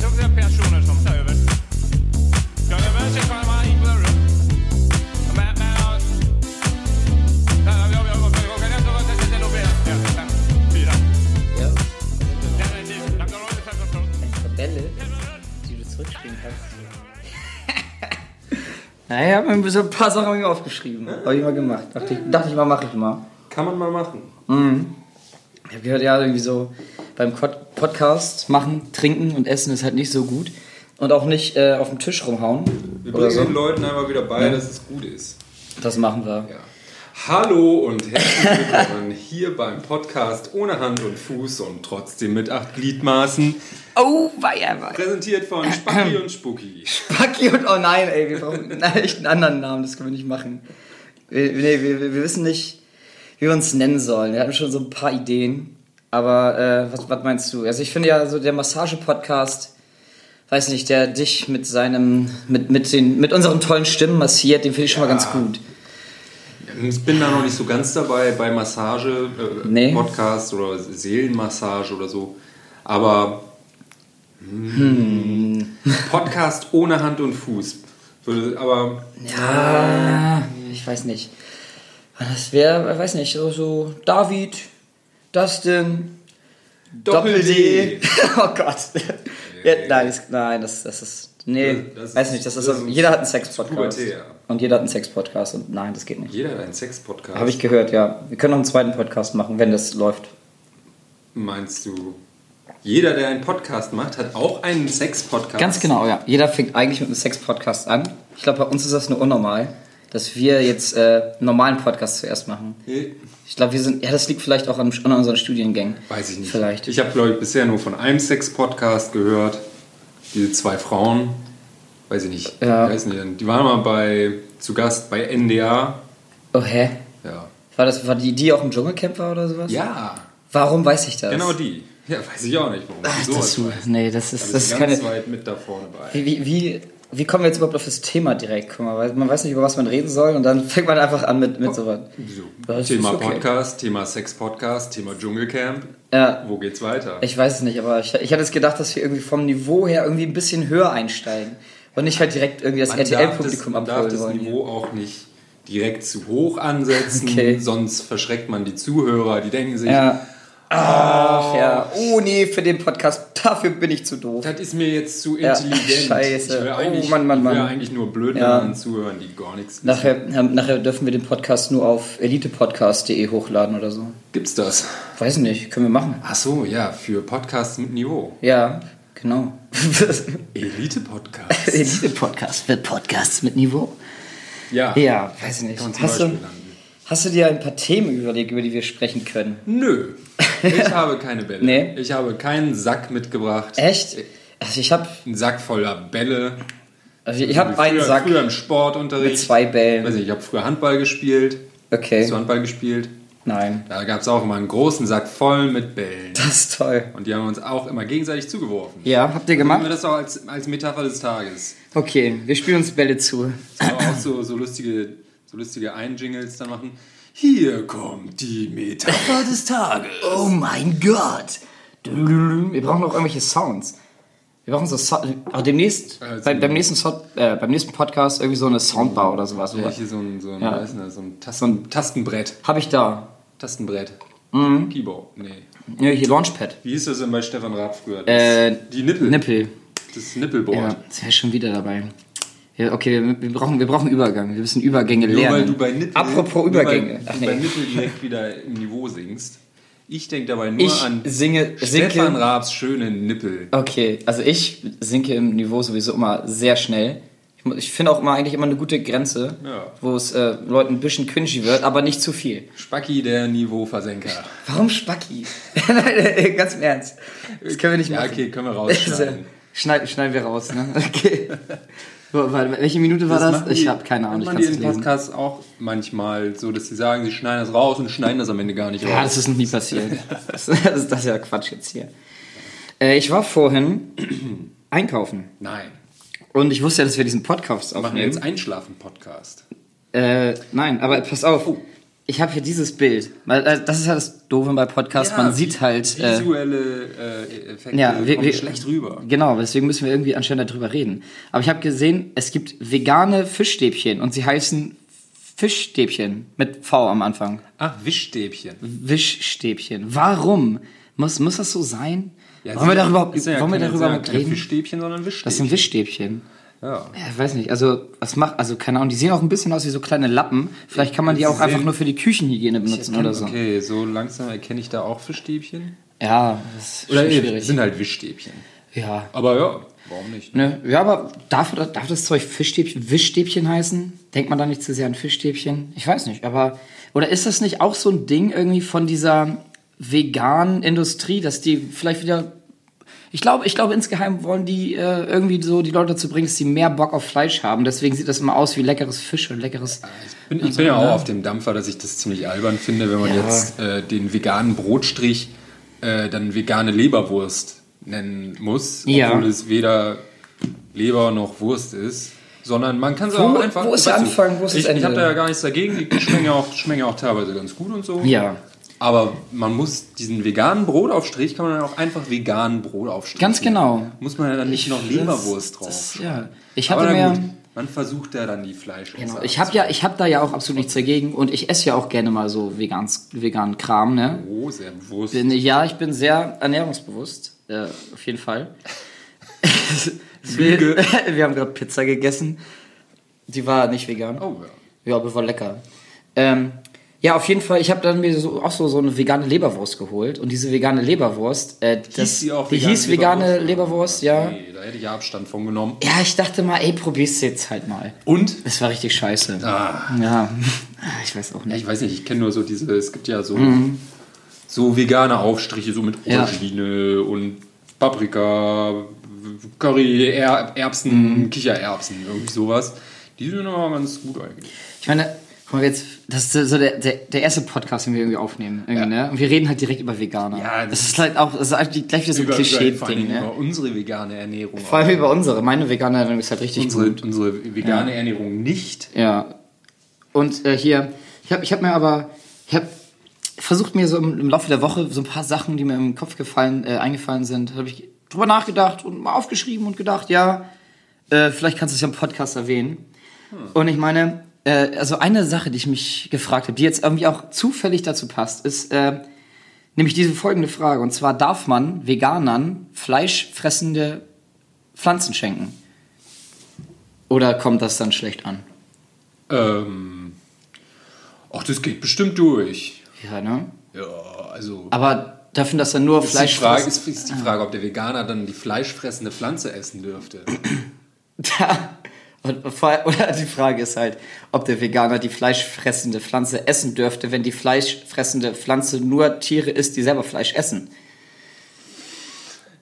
personer som tar över. Ska vi väl köpa de här ingående? Men, men, ja. Ja, ja, ja, ja, ja, ja, ja, ja, ja, ja, ja, ja, fem, fyra. Ja. Det här är liv. Jag kan inte ta kontroll. Eine Tabelle, die du zurückspielen kannst. naja, hab mir so ein paar Sachen hab ich mir aufgeschrieben. Habe ich mal gemacht. Dachte ich, dachte ich mal, mache ich mal. Kann man mal machen. Mhm. Ich habe gehört, ja, irgendwie so beim Pod Podcast machen, trinken und essen ist halt nicht so gut. Und auch nicht äh, auf dem Tisch rumhauen. Wir Oder bringen so. den Leuten einmal wieder bei, dass es gut ist. Das machen wir. Ja. Hallo und herzlich willkommen hier beim Podcast ohne Hand und Fuß und trotzdem mit acht Gliedmaßen. Oh, weia, weia. Präsentiert von Spacki und Spucki. Bucky und oh nein, ey, wir brauchen echt einen anderen Namen, das können wir nicht machen. Wir, nee, wir, wir wir wissen nicht, wie wir uns nennen sollen. Wir hatten schon so ein paar Ideen, aber äh, was, was meinst du? Also ich finde ja so der Massage-Podcast, weiß nicht, der dich mit seinem, mit, mit, den, mit unseren tollen Stimmen massiert, den finde ich schon mal ganz gut. Ich bin da noch nicht so ganz dabei bei Massage, äh, Nee. Podcast oder Seelenmassage oder so. Aber hm. Podcast ohne Hand und Fuß. Würde- Aber Ja, ich weiß nicht. Das wäre, weiß nicht, so, so David, Dustin, Doppel-D. Doppel-D. oh Gott. Ja, nein, das, nein, das, das ist. Nee, Das ist- weiß nicht. Das ist, das ist- jeder hat einen Sex-Podcast. Pubertät, ja. Und jeder hat einen Sex-Podcast. Und nein, das geht nicht. Jeder hat einen Sex-Podcast. Habe ich gehört, ja. Wir können noch einen zweiten Podcast machen, wenn das läuft. Meinst du, jeder, der einen Podcast macht, hat auch einen Sex-Podcast? Ganz genau, ja. Jeder fängt eigentlich mit einem Sex-Podcast an. Ich glaube, bei uns ist das nur unnormal, dass wir jetzt äh, einen normalen Podcast zuerst machen. Nee, Ich glaube, wir sind. Ja, das liegt vielleicht auch an, an unseren Studiengängen. Weiß ich nicht. Vielleicht. Ich habe, glaube ich, bisher nur von einem Sex-Podcast gehört. Diese zwei Frauen. Weiß ich nicht. Ja. Wie heißen die denn? Die waren mal bei, zu Gast bei NDA. oh, hä? Ja. War, das, war die, die auch im Dschungelcamp war oder sowas? Ja, Warum weiß ich das? genau die. Ja, weiß ich auch nicht, warum. Ach, ich Also sowas das, weiß. nee, das ist, Da das bist ist du ganz keine. weit mit da vorne bei. Wie, wie, wie, wie kommen wir jetzt überhaupt auf das Thema direkt? Guck mal, weil man weiß nicht, über was man reden soll und dann fängt man einfach an mit, mit sowas. So, Ja, das Thema ist okay. Podcast, Thema Sex-Podcast, Thema Dschungelcamp. Ja, Wo geht's weiter? ich weiß es nicht, aber ich, ich hatte es gedacht, dass wir irgendwie vom Niveau her irgendwie ein bisschen höher einsteigen und nicht halt direkt irgendwie das Man darf RTL-Publikum das- Man darf abholen das wollen. Niveau auch nicht direkt zu hoch ansetzen, Okay. sonst verschreckt man die Zuhörer. Die denken sich, Ja. Ach ja. Oh nee, für den Podcast, dafür bin ich zu doof. das ist mir jetzt zu Ja, intelligent. scheiße. Ich will Oh, eigentlich, Mann, Mann, ich will Mann. eigentlich nur blöden Ja. Männern zuhören, die gar nichts wissen. Nachher, ähm, nachher dürfen wir den Podcast nur auf elitepodcast.de hochladen oder so. Gibt's das? Weiß nicht, können wir machen. Ach so, ja, für Podcasts mit Niveau. Ja, genau. Elite-Podcasts. Elite-Podcast wird Podcasts mit Niveau. ja. Ja, weiß ich nicht. Kann man zum Hast du, Beispiel landen. hast du dir ein paar Themen überlegt, über die wir sprechen können? Nö. Ich habe keine Bälle. Nee. Ich habe keinen Sack mitgebracht. Echt? Also ich habe Einen Sack voller Bälle. also ich hab früher, einen Sack Früher im Sportunterricht. mit zwei Weiß Bällen. nicht, ich habe früher Handball gespielt. Hast Okay. du Handball gespielt? Nein. Da gab es auch immer einen großen Sack voll mit Bällen. Das ist toll. Und die haben uns auch immer gegenseitig zugeworfen. Ja, habt ihr Nehmen wir gemacht? das auch als, als Metapher des Tages. Okay, wir spielen uns Bälle zu. Sollen wir auch so, so lustige, so lustige Einjingles dann machen? Hier kommt die Metapher des Tages. Oh mein Gott. Wir brauchen auch irgendwelche Sounds. Wir brauchen so Sound. Auch demnächst, Ja, jetzt beim, sind beim, wir- nächsten Sound, äh, beim nächsten Podcast irgendwie so eine Soundbar oder sowas. Ja, hier so ein, so ein, Ja. weiß nicht, so ein, Tasten, Tastenbrett. Hab ich da. Tastenbrett. Mhm. Keyboard. Nee. Ja, hier Launchpad. Wie hieß das denn bei Stefan Raab früher? Das, Äh, die Nippel. Nippel. Das Nippelboard. Ja, das Oh, wäre schon wieder dabei. Ja, okay, wir, wir, brauchen, wir brauchen Übergang. Wir müssen Übergänge Nur lernen. weil du bei Nippel, Apropos nur weil Übergänge. du Ach, bei nee. Nippel direkt wieder im Niveau singst. Ich denke dabei nur Ich an singe, Stefan sinke. Raabs schöne Nippel. Okay, also ich sinke im Niveau sowieso immer sehr schnell. Ich, mu- ich finde auch immer eigentlich immer eine gute Grenze, Ja. wo es äh, Leuten ein bisschen cringy wird, aber nicht zu viel. Spacki, der Niveauversenker. Warum Spacki? Nein, äh, ganz im Ernst. Das können wir nicht Ja, machen. okay, können wir Also, rausschneiden. Schneid, schneiden wir raus, ne? Okay. Wo- warte, welche Minute war das? machen Ich die- habe keine Ahnung, ich machen kann die es nicht im lesen. Podcast auch manchmal so, dass sie sagen, sie schneiden das raus und schneiden das am Ende gar nicht Ja, raus. das ist noch nie passiert. Das, das, ist- das ist ja Quatsch jetzt hier. Äh, ich war vorhin einkaufen Nein. und ich wusste ja, dass wir diesen Podcast Wir machen jetzt aufnehmen. Einschlafen-Podcast. Äh, nein, aber pass auf. ich habe hier dieses Bild. Weil, äh, Das ist ja das Doofe bei Podcast, Ja, man vi- sieht halt. Äh, Visuelle äh, Effekte ja, wir- kommen wir- schlecht rüber. genau, deswegen müssen wir irgendwie anscheinend darüber reden. Aber ich habe gesehen, es gibt vegane Fischstäbchen und sie heißen Fischstäbchen mit V am Anfang. Ach, Wischstäbchen. Wischstäbchen. Warum? Muss, muss das so sein? Ja, wollen wir sind- darüber, überhaupt- ist ja wollen wir keine- darüber sind ja überhaupt keine reden? Fischstäbchen, sondern Das Wischstäbchen. sind Wischstäbchen. ja. Ja, ich weiß nicht, also was macht, also keine Ahnung, die sehen auch ein bisschen aus wie so kleine Lappen. Vielleicht kann man die Sie auch einfach sehen- nur für die Küchenhygiene benutzen oder so. Okay, so langsam erkenne ich da auch Fischstäbchen. Ja, das ist Oder schon nee, eh, schwierig. sind halt Wischstäbchen. Ja. Aber ja, warum nicht? Ne? Ja, aber darf, darf das Zeug Fischstäbchen, Wischstäbchen heißen? Denkt man da nicht zu sehr an Fischstäbchen? Ich weiß nicht, aber. Oder ist das nicht auch so ein Ding irgendwie von dieser veganen Industrie, dass die vielleicht wieder. Ich glaube, ich glaube, insgeheim wollen die äh, irgendwie so die Leute dazu bringen, dass sie mehr Bock auf Fleisch haben. Deswegen sieht das immer aus wie leckeres Fisch und leckeres. Ah, Bin, ich bin ja auch auf dem Dampfer, dass ich das ziemlich albern finde, wenn man Ja. jetzt äh, den veganen Brotstrich äh, dann vegane Leberwurst nennen muss, Ja. obwohl es weder Leber noch Wurst ist. Sondern man kann es auch einfach. wo ist der weißt du, Anfang, wo ist das ich, Ich habe Ende? da ja gar nichts dagegen. Die schmecken ja auch, schmecken ja auch teilweise ganz gut und so. Ja. Aber man muss diesen veganen Brotaufstrich, kann man dann auch einfach veganen Brotaufstrich. Ganz nennen. genau. Muss man ja dann nicht noch Das- Leberwurst drauf. das- ja. Ich Aber hatte na mir. gut, man versucht ja dann die Fleisch. Genau. Ich habe ja, ich habe da ja auch absolut nichts dagegen und ich esse ja auch gerne mal so vegans, veganen Kram, ne? Oh, sehr bewusst. Bin, ja, ich bin sehr ernährungsbewusst, äh, auf jeden Fall. wir, Lüge. wir haben gerade Pizza gegessen. Die war nicht vegan. Oh, ja. Ja, aber war lecker. Ähm, ja, auf jeden Fall, ich habe dann mir so, auch so, so eine vegane Leberwurst geholt. Und diese vegane Leberwurst, äh, das, die auch die hieß vegane Leberwurst, ja. Nee, da hätte ich ja Abstand von genommen. Ja, ich dachte mal, ey, probier's jetzt halt mal. Und? Das war richtig scheiße. Ah, Ja, ich weiß auch nicht. ich weiß nicht, ich kenne nur so diese, es gibt ja so, so vegane Aufstriche, so mit Mhm. Ja. Aubergine und Paprika, Curry, er Mhm. Erbsen, Kichererbsen, irgendwie sowas. Die sind aber ganz gut eigentlich. Ich meine, guck mal jetzt, das ist so der, der, der erste Podcast, den wir irgendwie aufnehmen. Irgendwie, Ja. ne? Und wir reden halt direkt über Veganer. Ja, das, das ist halt auch, das ist halt die- gleich wieder so ein Über- vor allen Klischee-Ding, Dingen ne? über unsere vegane Ernährung. Vor allem über unsere. Meine vegane Ernährung ist halt richtig unsere, gut. unsere vegane Ernährung nicht. Ja. Und äh, hier, ich habe ich hab mir aber, ich habe versucht mir so im, im Laufe der Woche so ein paar Sachen, die mir im Kopf gefallen, äh, eingefallen sind, habe ich drüber nachgedacht und mal aufgeschrieben und gedacht, ja, äh, vielleicht kannst du es ja im Podcast erwähnen. Und ich meine, äh, also eine Sache, die ich mich gefragt habe, die jetzt irgendwie auch zufällig dazu passt, ist äh, nämlich diese folgende Frage. Und zwar, darf man Veganern fleischfressende Pflanzen schenken? Oder kommt das dann schlecht an? Ähm, ach, das geht bestimmt durch. Ja, ne? Ja, also. Aber dürfen das dann nur ist Fleisch die Frage, fressen? ist, ist die Frage, ob der Veganer dann die fleischfressende Pflanze essen dürfte. Ja. Und vor, oder die Frage ist halt, ob der Veganer die fleischfressende Pflanze essen dürfte, wenn die fleischfressende Pflanze nur Tiere ist, die selber Fleisch essen.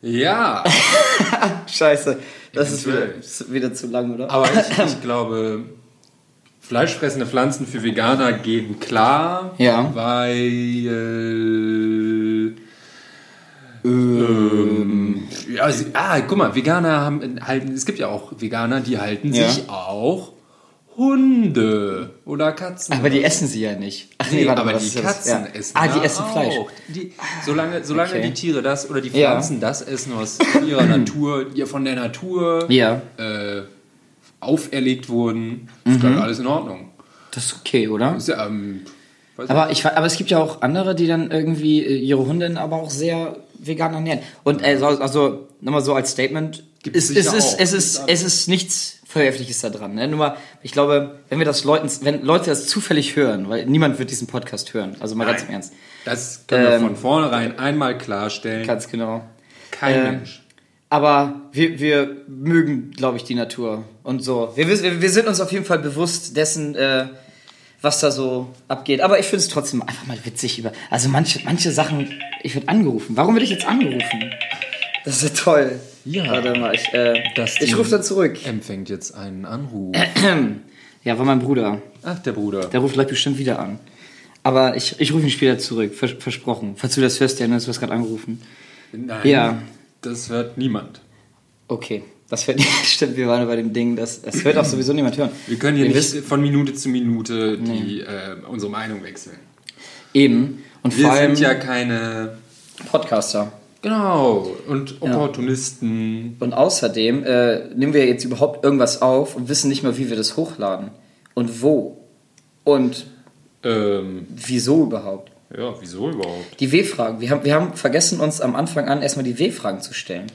Ja, Scheiße, das ist wieder, Eventuell. ist wieder zu lang, oder? aber ich, ich glaube, fleischfressende Pflanzen für Veganer gehen klar, Ja. weil. Ähm, ja, sie, ah, guck mal, Veganer haben, halten, es gibt ja auch Veganer, die halten Ja. sich auch Hunde oder Katzen. aber die essen sie ja nicht. Ach Nee, warte mal, aber das die ist ja das- Katzen ja. essen. Ah, die ja essen Fleisch. auch. Die, solange solange Okay. die Tiere das oder die Ja. Mhm. Pflanzen das essen, was von ihrer Natur, ihr von der Natur Ja, äh, auferlegt wurden, Mhm. ist glaube ich alles in Ordnung. das ist okay, oder? Ist ja, ähm, weiß Aber, ich, we- aber es gibt ja auch andere, die dann irgendwie äh, ihre Hunde aber auch sehr vegan ernähren. Und äh, so- also nochmal so als Statement, Gibt's es, es, sicher ist, auch. es, ist, es ist nichts Verwerfliches da dran. Ne? Nur mal, ich glaube, wenn wir das Leuten, wenn Leute das zufällig hören, weil niemand wird diesen Podcast hören, also mal ganz im Nein. Ernst. nicht. das können wir Ähm, von vornherein einmal klarstellen. Ganz genau. Kein ähm, Mensch. Aber wir, wir mögen, glaube ich, die Natur und so. Wir, wissen- wir, wir sind uns auf jeden Fall bewusst dessen, äh, was da so abgeht. Aber ich finde es trotzdem einfach mal witzig über. Also manche, manche Sachen, ich werde angerufen. Warum werde ich jetzt angerufen? Das ist ja toll. Ja. Warte mal, ich, äh, Das ich Ding. rufe dann zurück. Empfängt jetzt einen Anruf. Ja, war mein Bruder. Ach, der Bruder. Der ruft gleich bestimmt wieder an. Aber ich, ich rufe ihn später zurück, vers versprochen. Falls du das hörst, Dennis, du hast gerade angerufen. Nein, Ja. das hört niemand. Okay. Das hört, stimmt, wir waren bei dem Ding, das, das hört auch sowieso niemand hören. Wir können hier Wir nicht wissen- von Minute zu Minute die, äh, unsere Meinung wechseln. Eben. Und Wir vor allem sind ja keine. Podcaster. Genau. Und Opportunisten. Und außerdem äh, nehmen wir jetzt überhaupt irgendwas auf und wissen nicht mal, wie wir das hochladen. Und wo. Und Ähm, wieso überhaupt. ja, wieso überhaupt? Die W-Fragen. Wir haben, wir haben vergessen, uns am Anfang an erstmal die W-Fragen zu stellen.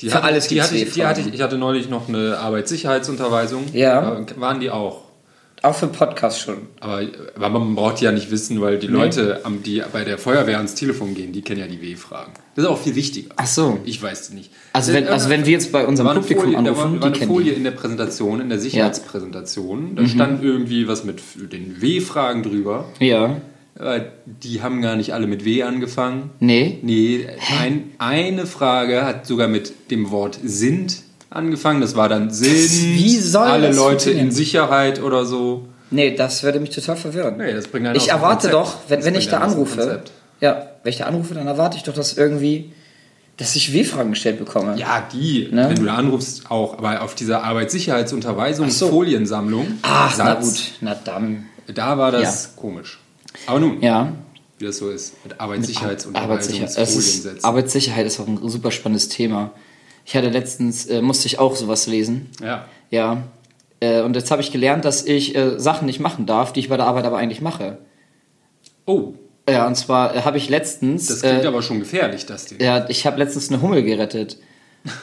Die Für alles die gibt's eh hatte ich, die W-Fragen. hatte ich, ich hatte neulich noch eine Arbeitssicherheitsunterweisung. Ja. Äh, Waren die auch. Auch für Podcasts schon. Aber, aber man braucht die ja nicht wissen, weil Mhm. die Leute, am- die bei der Feuerwehr ans Telefon gehen, die kennen ja die W-Fragen. Das ist auch viel wichtiger. Ach so. Ich weiß es nicht. Also wenn, Äh, also wenn wir jetzt bei da unserem war eine Publikum Folie, da war, anrufen, war die eine kennen Folie die. Mhm. in der Präsentation, in der Sicherheitspräsentation. Da stand irgendwie was mit den W-Fragen drüber. Ja. Äh, Die haben gar nicht alle mit W angefangen. Nee. Nee, ein, eine Frage hat sogar mit dem Wort sind angefangen. Das war dann sind Wie soll alle das Leute in funktionieren? Sicherheit oder so. Nee, das würde mich total verwirren. Nee, das bringt einen aus ich dem erwarte Konzept. doch, wenn, Das wenn bringt ich da einen aus dem anrufe, Konzept. ja, wenn ich da anrufe, dann erwarte ich doch, dass irgendwie, dass ich W-Fragen gestellt bekomme. Ja, die, Ne? wenn du da anrufst, auch. Aber auf dieser Arbeitssicherheitsunterweisung, so. Foliensammlung, Ach, na Satz, gut, na dann. da war das komisch. Aber nun, Ja, wie das so ist, mit Arbeitssicherheitsunterweisung, Arbeitssicherheit. Es ist, Foliensätzen. Arbeitssicherheit ist auch ein super spannendes Thema. Ich hatte letztens, äh, musste ich auch sowas lesen. Ja, Ja. Äh, und jetzt habe ich gelernt, dass ich äh, Sachen nicht machen darf, die ich bei der Arbeit aber eigentlich mache. oh, Ja, und zwar äh, habe ich letztens. das klingt äh, aber schon gefährlich, das Ding. Ja, ich habe letztens eine Hummel gerettet.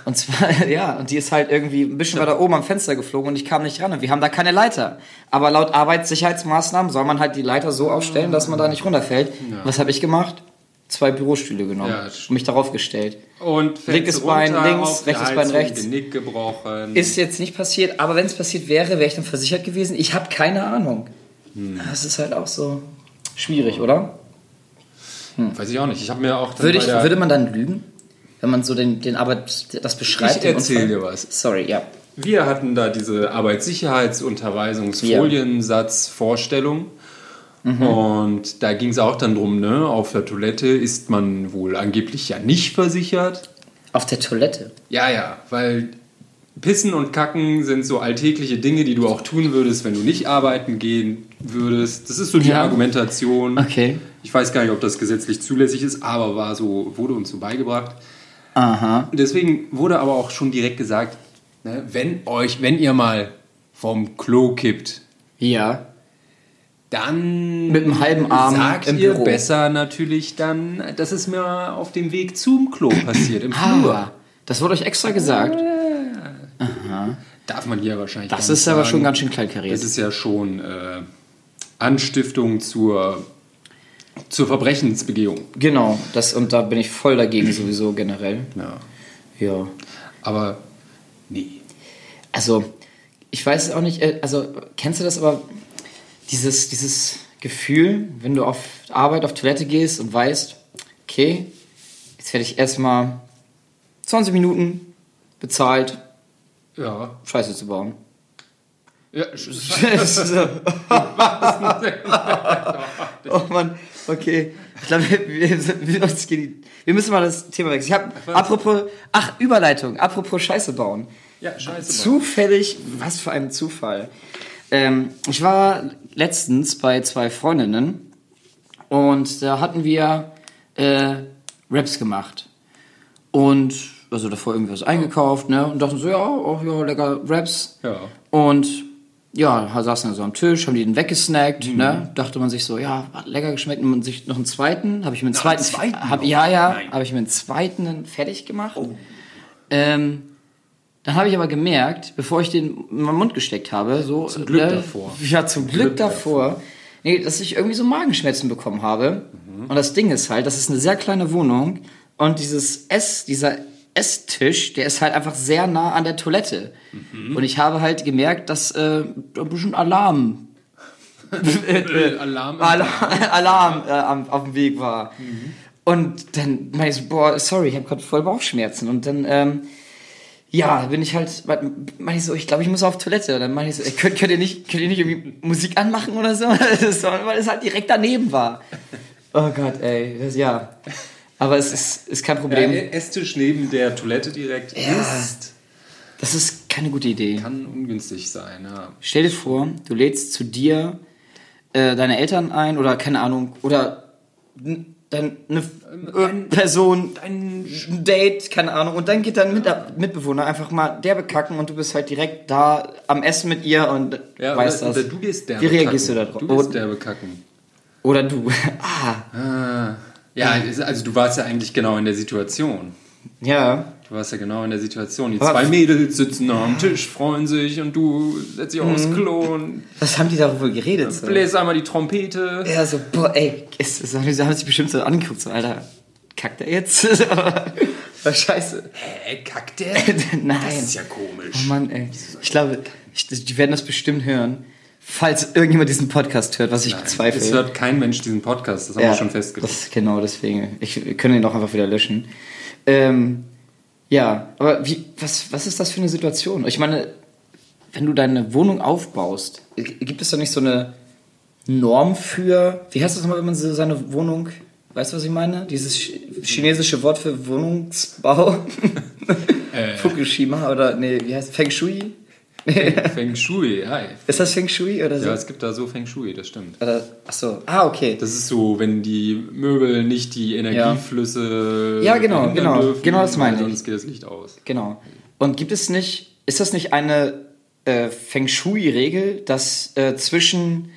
Und zwar, ja, und die ist halt irgendwie ein bisschen weiter oben am Fenster geflogen und ich kam nicht ran und wir haben da keine Leiter. Aber laut Arbeitssicherheitsmaßnahmen soll man halt die Leiter so aufstellen, dass man da nicht runterfällt. Was habe ich gemacht? Zwei Bürostühle genommen Ja, das und mich darauf gestellt. Und fällst Linkes Bein runter, links, auf der rechtes Bein Heizung, rechts. Genick gebrochen. Ist jetzt nicht passiert, aber wenn es passiert wäre, wäre ich dann versichert gewesen. Ich habe keine Ahnung. Hm. Das ist halt auch so schwierig, oder? Weiß ich auch nicht. Ich habe mir auch dann Würde, bei ich, der, würde man dann lügen, wenn man so den, den Arbeit, das beschreibt? Ich den erzähl Unfall? dir was. Sorry, ja. wir hatten da diese Arbeitssicherheitsunterweisungsfoliensatzvorstellung. Mhm. Und da ging es auch dann drum, ne? Auf der Toilette ist man wohl angeblich ja nicht versichert. Auf der Toilette. Ja, ja, weil Pissen und Kacken sind so alltägliche Dinge, die du auch tun würdest, wenn du nicht arbeiten gehen würdest. Das ist so die Ja. Argumentation. Okay. Ich weiß gar nicht, ob das gesetzlich zulässig ist, aber war so, wurde uns so beigebracht. Aha. Deswegen wurde aber auch schon direkt gesagt, ne, wenn euch, wenn ihr mal vom Klo kippt, Ja. dann Mit einem halben Arm sagt im ihr Büro. besser natürlich dann, dass es mir auf dem Weg zum Klo passiert im Flur. Ah, das wurde euch extra gesagt. Darf man hier wahrscheinlich. Das gar nicht ist aber sagen. schon ganz schön Das kleinkariert. ist ja schon äh, Anstiftung zur zur Verbrechensbegehung. Genau, das und da bin ich voll dagegen sowieso generell. Ja. Ja. Aber nee. Also, ich weiß es auch nicht, äh, also kennst du das aber dieses dieses Gefühl, wenn du auf Arbeit auf Toilette gehst und weißt, okay, jetzt werde ich erstmal 20 Minuten bezahlt, Ja. Scheiße zu bauen. ja. sch- Oh Mann, okay. Ich glaube, wir, wir, sind- wir, uns gehen die- wir müssen mal das Thema wechseln. Ich habe, apropos, ach, Überleitung, apropos Scheiße bauen. Ja, scheiße. Zufällig, was für ein Zufall. Ähm, ich war letztens bei zwei Freundinnen und da hatten wir äh, Raps gemacht. Und, also davor irgendwas eingekauft, ne? Und dachten so, ja, oh, ja, lecker Raps. Ja. Und ja, saßen dann so am Tisch, haben die den weggesnackt, Mhm. ne? Dachte man sich so, ja, hat lecker geschmeckt. Und man sich noch einen zweiten, habe ich mir einen zweiten, zweiten hab, noch? ja, ja, Nein. Oh. habe ich mir einen zweiten dann fertig gemacht. Ähm, dann habe ich aber gemerkt, bevor ich den in meinen Mund gesteckt habe, so. Zum Glück davor. Ja, zum Glück, Glück davor. Nee, dass ich irgendwie so Magenschmerzen bekommen habe. Und das Ding ist halt, das ist eine sehr kleine Wohnung und dieses Ess, dieser Esstisch, der ist halt einfach sehr nah an der Toilette. Und ich habe halt gemerkt, dass äh, da ein bisschen Alarm Alarm. Alarm, Mhm. Alarm äh, am, auf dem Weg war. Und dann meinte ich so, boah, sorry, ich habe gerade voll Bauchschmerzen. Und dann, ähm, ja, bin ich halt, meine ich so, ich glaube, ich muss auf Toilette. Und dann meine ich so, ey, könnt, könnt, ihr nicht, könnt ihr nicht irgendwie Musik anmachen oder so? Das ist so, Weil es halt direkt daneben war. Oh Gott, ey, das, ja. Aber es ist, ist kein Ja, Problem. Esstisch neben der Toilette direkt ist Das ist keine gute Idee. Kann ungünstig sein, ja. Stell dir vor, du lädst zu dir äh, deine Eltern ein oder keine Ahnung, oder n- dann eine F- äh, Person, ein Date, keine Ahnung, und dann geht dein Mit Mitbewohner einfach mal der bekacken und du bist halt direkt da am Essen mit ihr und ja weißt oder, das. Oder du gehst derbe Wie reagierst kacken. du da drauf? Du gehst Oh. derbe kacken. Oder du. ah, Ah. Ja, es- also du warst ja eigentlich genau in der Situation. ja. Du warst ja genau in der Situation. Die Aber- zwei Mädels sitzen noch am Tisch, freuen sich und du setzt dich Mhm. aufs Klo und Was haben die darüber geredet? So? bläst einmal die Trompete. Ja, so, boah, ey, es, es, haben sie haben sich bestimmt so angeguckt, so, Alter, kackt er jetzt? War scheiße. Hä, kackt der? Nein. Das ist ja komisch. Oh Mann, ey. Ich glaube, ich, die werden das bestimmt hören, falls irgendjemand diesen Podcast hört, was ich bezweifle. Es hört kein Mensch diesen Podcast, das haben Ja, wir schon festgestellt. Das, genau, deswegen. Ich, wir können ihn auch einfach wieder löschen. Ähm, ja, aber wie, was, was ist das für eine Situation? Ich meine, wenn du deine Wohnung aufbaust, g- gibt es da nicht so eine Norm für. Wie heißt das nochmal, wenn man so seine Wohnung. Weißt du, was ich meine? Dieses chi- chinesische Wort für Wohnungsbau. Äh. Fukushima oder. Nee, wie heißt Feng Shui? Feng Shui, hi. Ist das Feng Shui oder so? Ja, es gibt da so Feng Shui, das stimmt. Oder, ach so. Ah, okay. Das ist so, wenn die Möbel nicht die Energieflüsse. Ja, genau, verhindern genau, dürfen, genau das meine weil ich. Sonst geht das Licht aus. Genau. Und gibt es nicht, ist das nicht eine äh, Feng Shui-Regel, dass äh, zwischen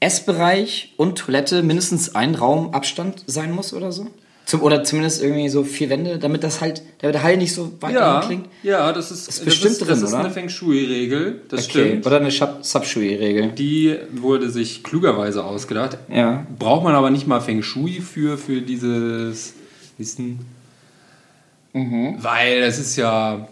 Essbereich und Toilette mindestens ein Raum Abstand sein muss oder so? Zum, oder zumindest irgendwie so vier Wände, damit das halt, damit der Hall nicht so weit Ja, klingt? ja, das ist, Ist bestimmt das ist, das drin, ist oder? eine Feng Shui-Regel, das Okay. stimmt. Oder eine Shab- Sub-Shui-Regel. Die wurde sich klugerweise ausgedacht. Ja. Braucht man aber nicht mal Feng Shui für, für dieses Wissen. Mhm. Weil das ist ja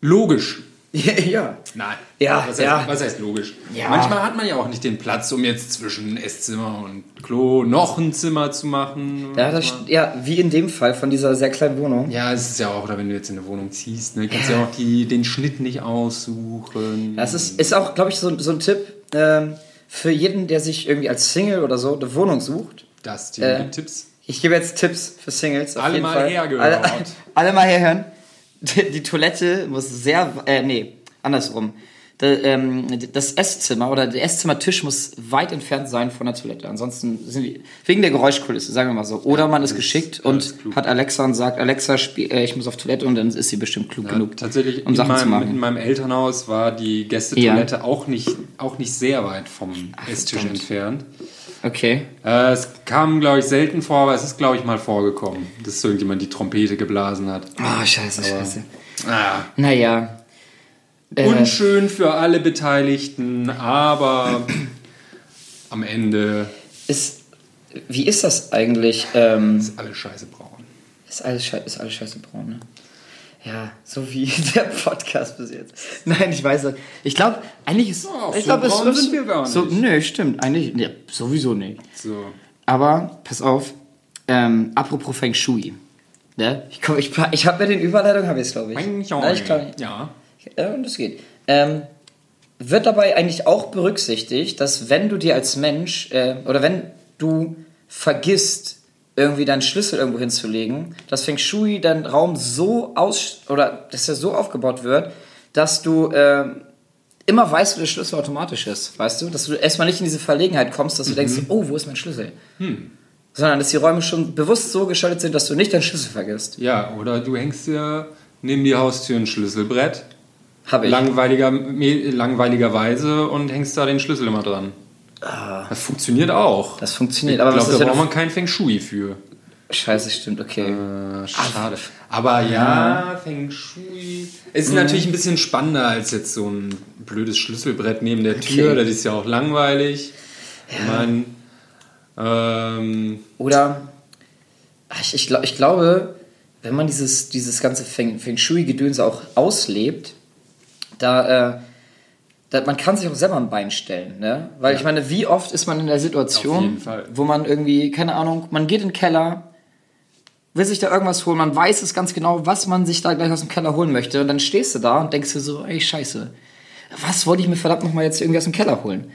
logisch. ja. Nein. Ja, was heißt, ja. Was heißt logisch? Ja. Manchmal hat man ja auch nicht den Platz, um jetzt zwischen Esszimmer und Klo noch ein Zimmer zu machen. Ja, das, st- ja, wie in dem Fall von dieser sehr kleinen Wohnung. Ja, es ist ja auch, oder wenn du jetzt in eine Wohnung ziehst, ne, kannst du ja auch die, den Schnitt nicht aussuchen. Das ist, ist auch, glaube ich, so, so ein Tipp ähm, für jeden, der sich irgendwie als Single oder so eine Wohnung sucht. das die äh, die Tipps. Ich gebe jetzt Tipps für Singles. Auf Alle jeden mal Fall. hergehört. Alle, alle mal herhören. Die, die Toilette muss sehr, äh, nee, andersrum. Da, ähm, Das Esszimmer oder der Esszimmertisch muss weit entfernt sein von der Toilette. Ansonsten sind die, wegen der Geräuschkulisse, sagen wir mal so. Oder man ist geschickt alles und klug. hat Alexa und sagt, Alexa, spiel, äh, ich muss auf Toilette und dann ist sie bestimmt klug genug, Tatsächlich, um in, Sachen zu meinem, in machen. meinem Elternhaus war die Gästetoilette auch, nicht, auch nicht sehr weit vom Esstisch verdammt. entfernt. Okay. Äh, es kam, glaube ich, selten vor, aber es ist, glaube ich, mal vorgekommen, dass irgendjemand die Trompete geblasen hat. Ah, scheiße, scheiße. Ah, Naja. Äh, unschön für alle Beteiligten, aber am Ende ist, wie ist das eigentlich? Ähm, ist alles scheiße braun. Ist alles, schei ist alles scheiße braun, ne? Ja, so wie der Podcast bis jetzt. Nein, ich weiß es. Ich glaube, eigentlich ist. Ach, ich so braun sind wir gar So, nicht. nö, stimmt. Eigentlich nee, sowieso nicht. So. Aber, pass auf, ähm, apropos Feng Shui. Ne? Ich, komm, ich, ich habe mir den Überleitung, habe ich glaube ich. Nein, ich glaube nicht. Ja. Ja, und das geht. Ähm, wird dabei eigentlich auch berücksichtigt, dass wenn du dir als Mensch äh, oder wenn du vergisst, irgendwie deinen Schlüssel irgendwo hinzulegen, dass Feng Shui deinen Raum so aus oder dass er so aufgebaut wird, dass du ähm, immer weißt, wo der Schlüssel automatisch ist, weißt du? Dass du erstmal nicht in diese Verlegenheit kommst, dass du Mhm. denkst, oh, wo ist mein Schlüssel? Hm. Sondern dass die Räume schon bewusst so gestaltet sind, dass du nicht deinen Schlüssel vergisst. Ja, oder du hängst dir neben die Haustür ein Schlüsselbrett, Habe ich. langweiliger, me- langweiligerweise, und hängst da den Schlüssel immer dran. Das funktioniert auch. Ah. Das funktioniert, aber ich was glaube, ist da ja braucht man noch... kein Feng Shui für. Scheiße, stimmt, okay. Ah, Äh, schade. Aber ja, Feng Shui. Es Mhm. ist natürlich ein bisschen spannender als jetzt so ein blödes Schlüsselbrett neben der Tür. Okay. Das ist ja auch langweilig. Ich meine, ähm, Oder ach, ich, ich, glaub- ich glaube, wenn man dieses, dieses ganze Feng, Feng Shui-Gedöns auch auslebt, da, äh, da man kann sich auch selber ein Bein stellen, ne? Weil ich meine, wie oft ist man in der Auf Situation, jeden Fall. wo man irgendwie, keine Ahnung, man geht in den Keller, will sich da irgendwas holen, man weiß es ganz genau, was man sich da gleich aus dem Keller holen möchte. Und dann stehst du da und denkst dir so, ey, scheiße, was wollte ich mir verdammt nochmal jetzt irgendwie aus dem Keller holen?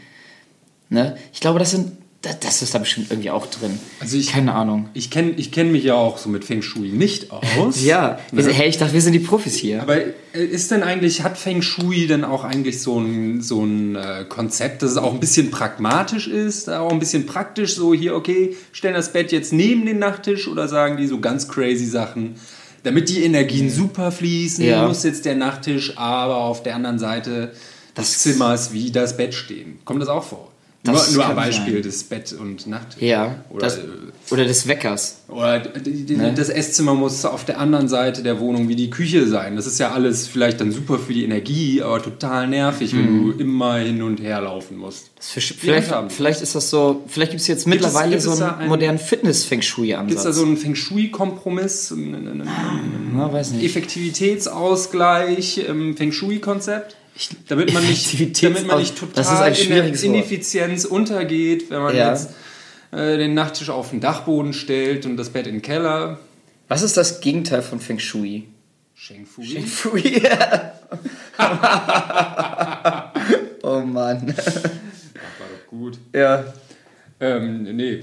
Ne? Ich glaube, das sind das, das ist da bestimmt irgendwie auch drin. Also ich- Keine Ahnung. Ich kenne ich kenn mich ja auch so mit Feng Shui nicht aus. Ne? Ja, Wir sind- Hey, ich dachte, wir sind die Profis hier. Aber äh, ist denn eigentlich, hat Feng Shui denn auch eigentlich so ein, so ein äh, Konzept, dass es auch ein bisschen pragmatisch ist, auch ein bisschen praktisch, so hier, okay, stellen das Bett jetzt neben den Nachttisch oder sagen die so ganz crazy Sachen, damit die Energien super fließen, Ja. muss jetzt der Nachttisch, aber auf der anderen Seite des Das- Zimmers wie das Bett stehen. Kommt das auch vor? Das nur nur am kann Beispiel sein. des Bett und Nachttisch. Ja. Oder, das, äh, oder des Weckers. oder die- die- Ne? das Esszimmer muss auf der anderen Seite der Wohnung wie die Küche sein. Das ist ja alles vielleicht dann super für die Energie, aber total nervig, wenn Mhm. du immer hin und her laufen musst. Das versch- Vielleicht, haben. vielleicht ist das so, vielleicht gibt es jetzt mittlerweile gibt es so da einen einen- modernen Fitness-Feng Gibt es Shui-Ansatz. da so einen Feng Shui-Kompromiss, einen- einen einen Na, weiß Ah. nicht. Effektivitätsausgleich im Feng Shui-Konzept? Damit man nicht, Effektivitätsaus- damit man nicht total oh, Das ist ein in der schwieriges Wort. Ineffizienz untergeht, wenn man Ja. jetzt äh, den Nachttisch auf den Dachboden stellt und das Bett in den Keller. Was ist das Gegenteil von Feng Shui? Sheng Fu. Fui. oh Mann. War doch gut. Ja. Ähm, nee.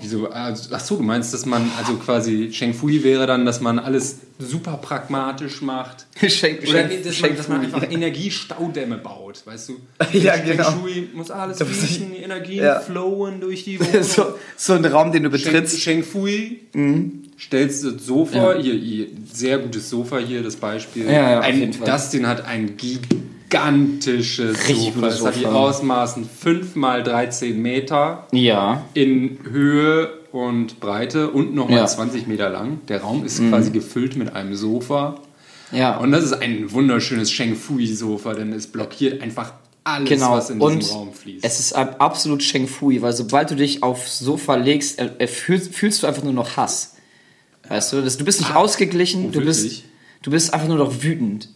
Wieso? Also, ach so, du meinst, dass man, also quasi Sheng Fui wäre dann, dass man alles super pragmatisch macht. Schenk, Oder schenk, nee, dass, man, schenk dass man Fui. einfach Energiestaudämme baut, weißt du? Ja, Sheng genau. Shui muss alles Da muss ich- fließen, Energien Ja. flowen durch die Wohnung. so, so ein Raum, den du Sheng, betrittst. Sheng Fui, Mhm. stellst das Sofa, hier, hier, sehr gutes Sofa hier, das Beispiel. Ja, ja, auf ein, jeden Fall. Dustin hat ein gigantisches Richtig Sofa. gutes Das hat die Sofa. Ausmaßen 5 mal 13 Meter Ja. in Höhe und Breite und nochmal Ja. Mhm. 20 Meter lang. Der Raum ist quasi gefüllt mit einem Sofa. Ja. Und das ist ein wunderschönes Sheng Fui-Sofa, denn es blockiert einfach alles, genau. was in diesem Und Raum fließt. es ist ab- absolut Sheng Fui, weil sobald du dich aufs Sofa legst, äh, äh, fühlst, fühlst du einfach nur noch Hass. Weißt du, das, du bist nicht ausgeglichen, du bist, Ah, wirklich? du bist einfach nur noch wütend.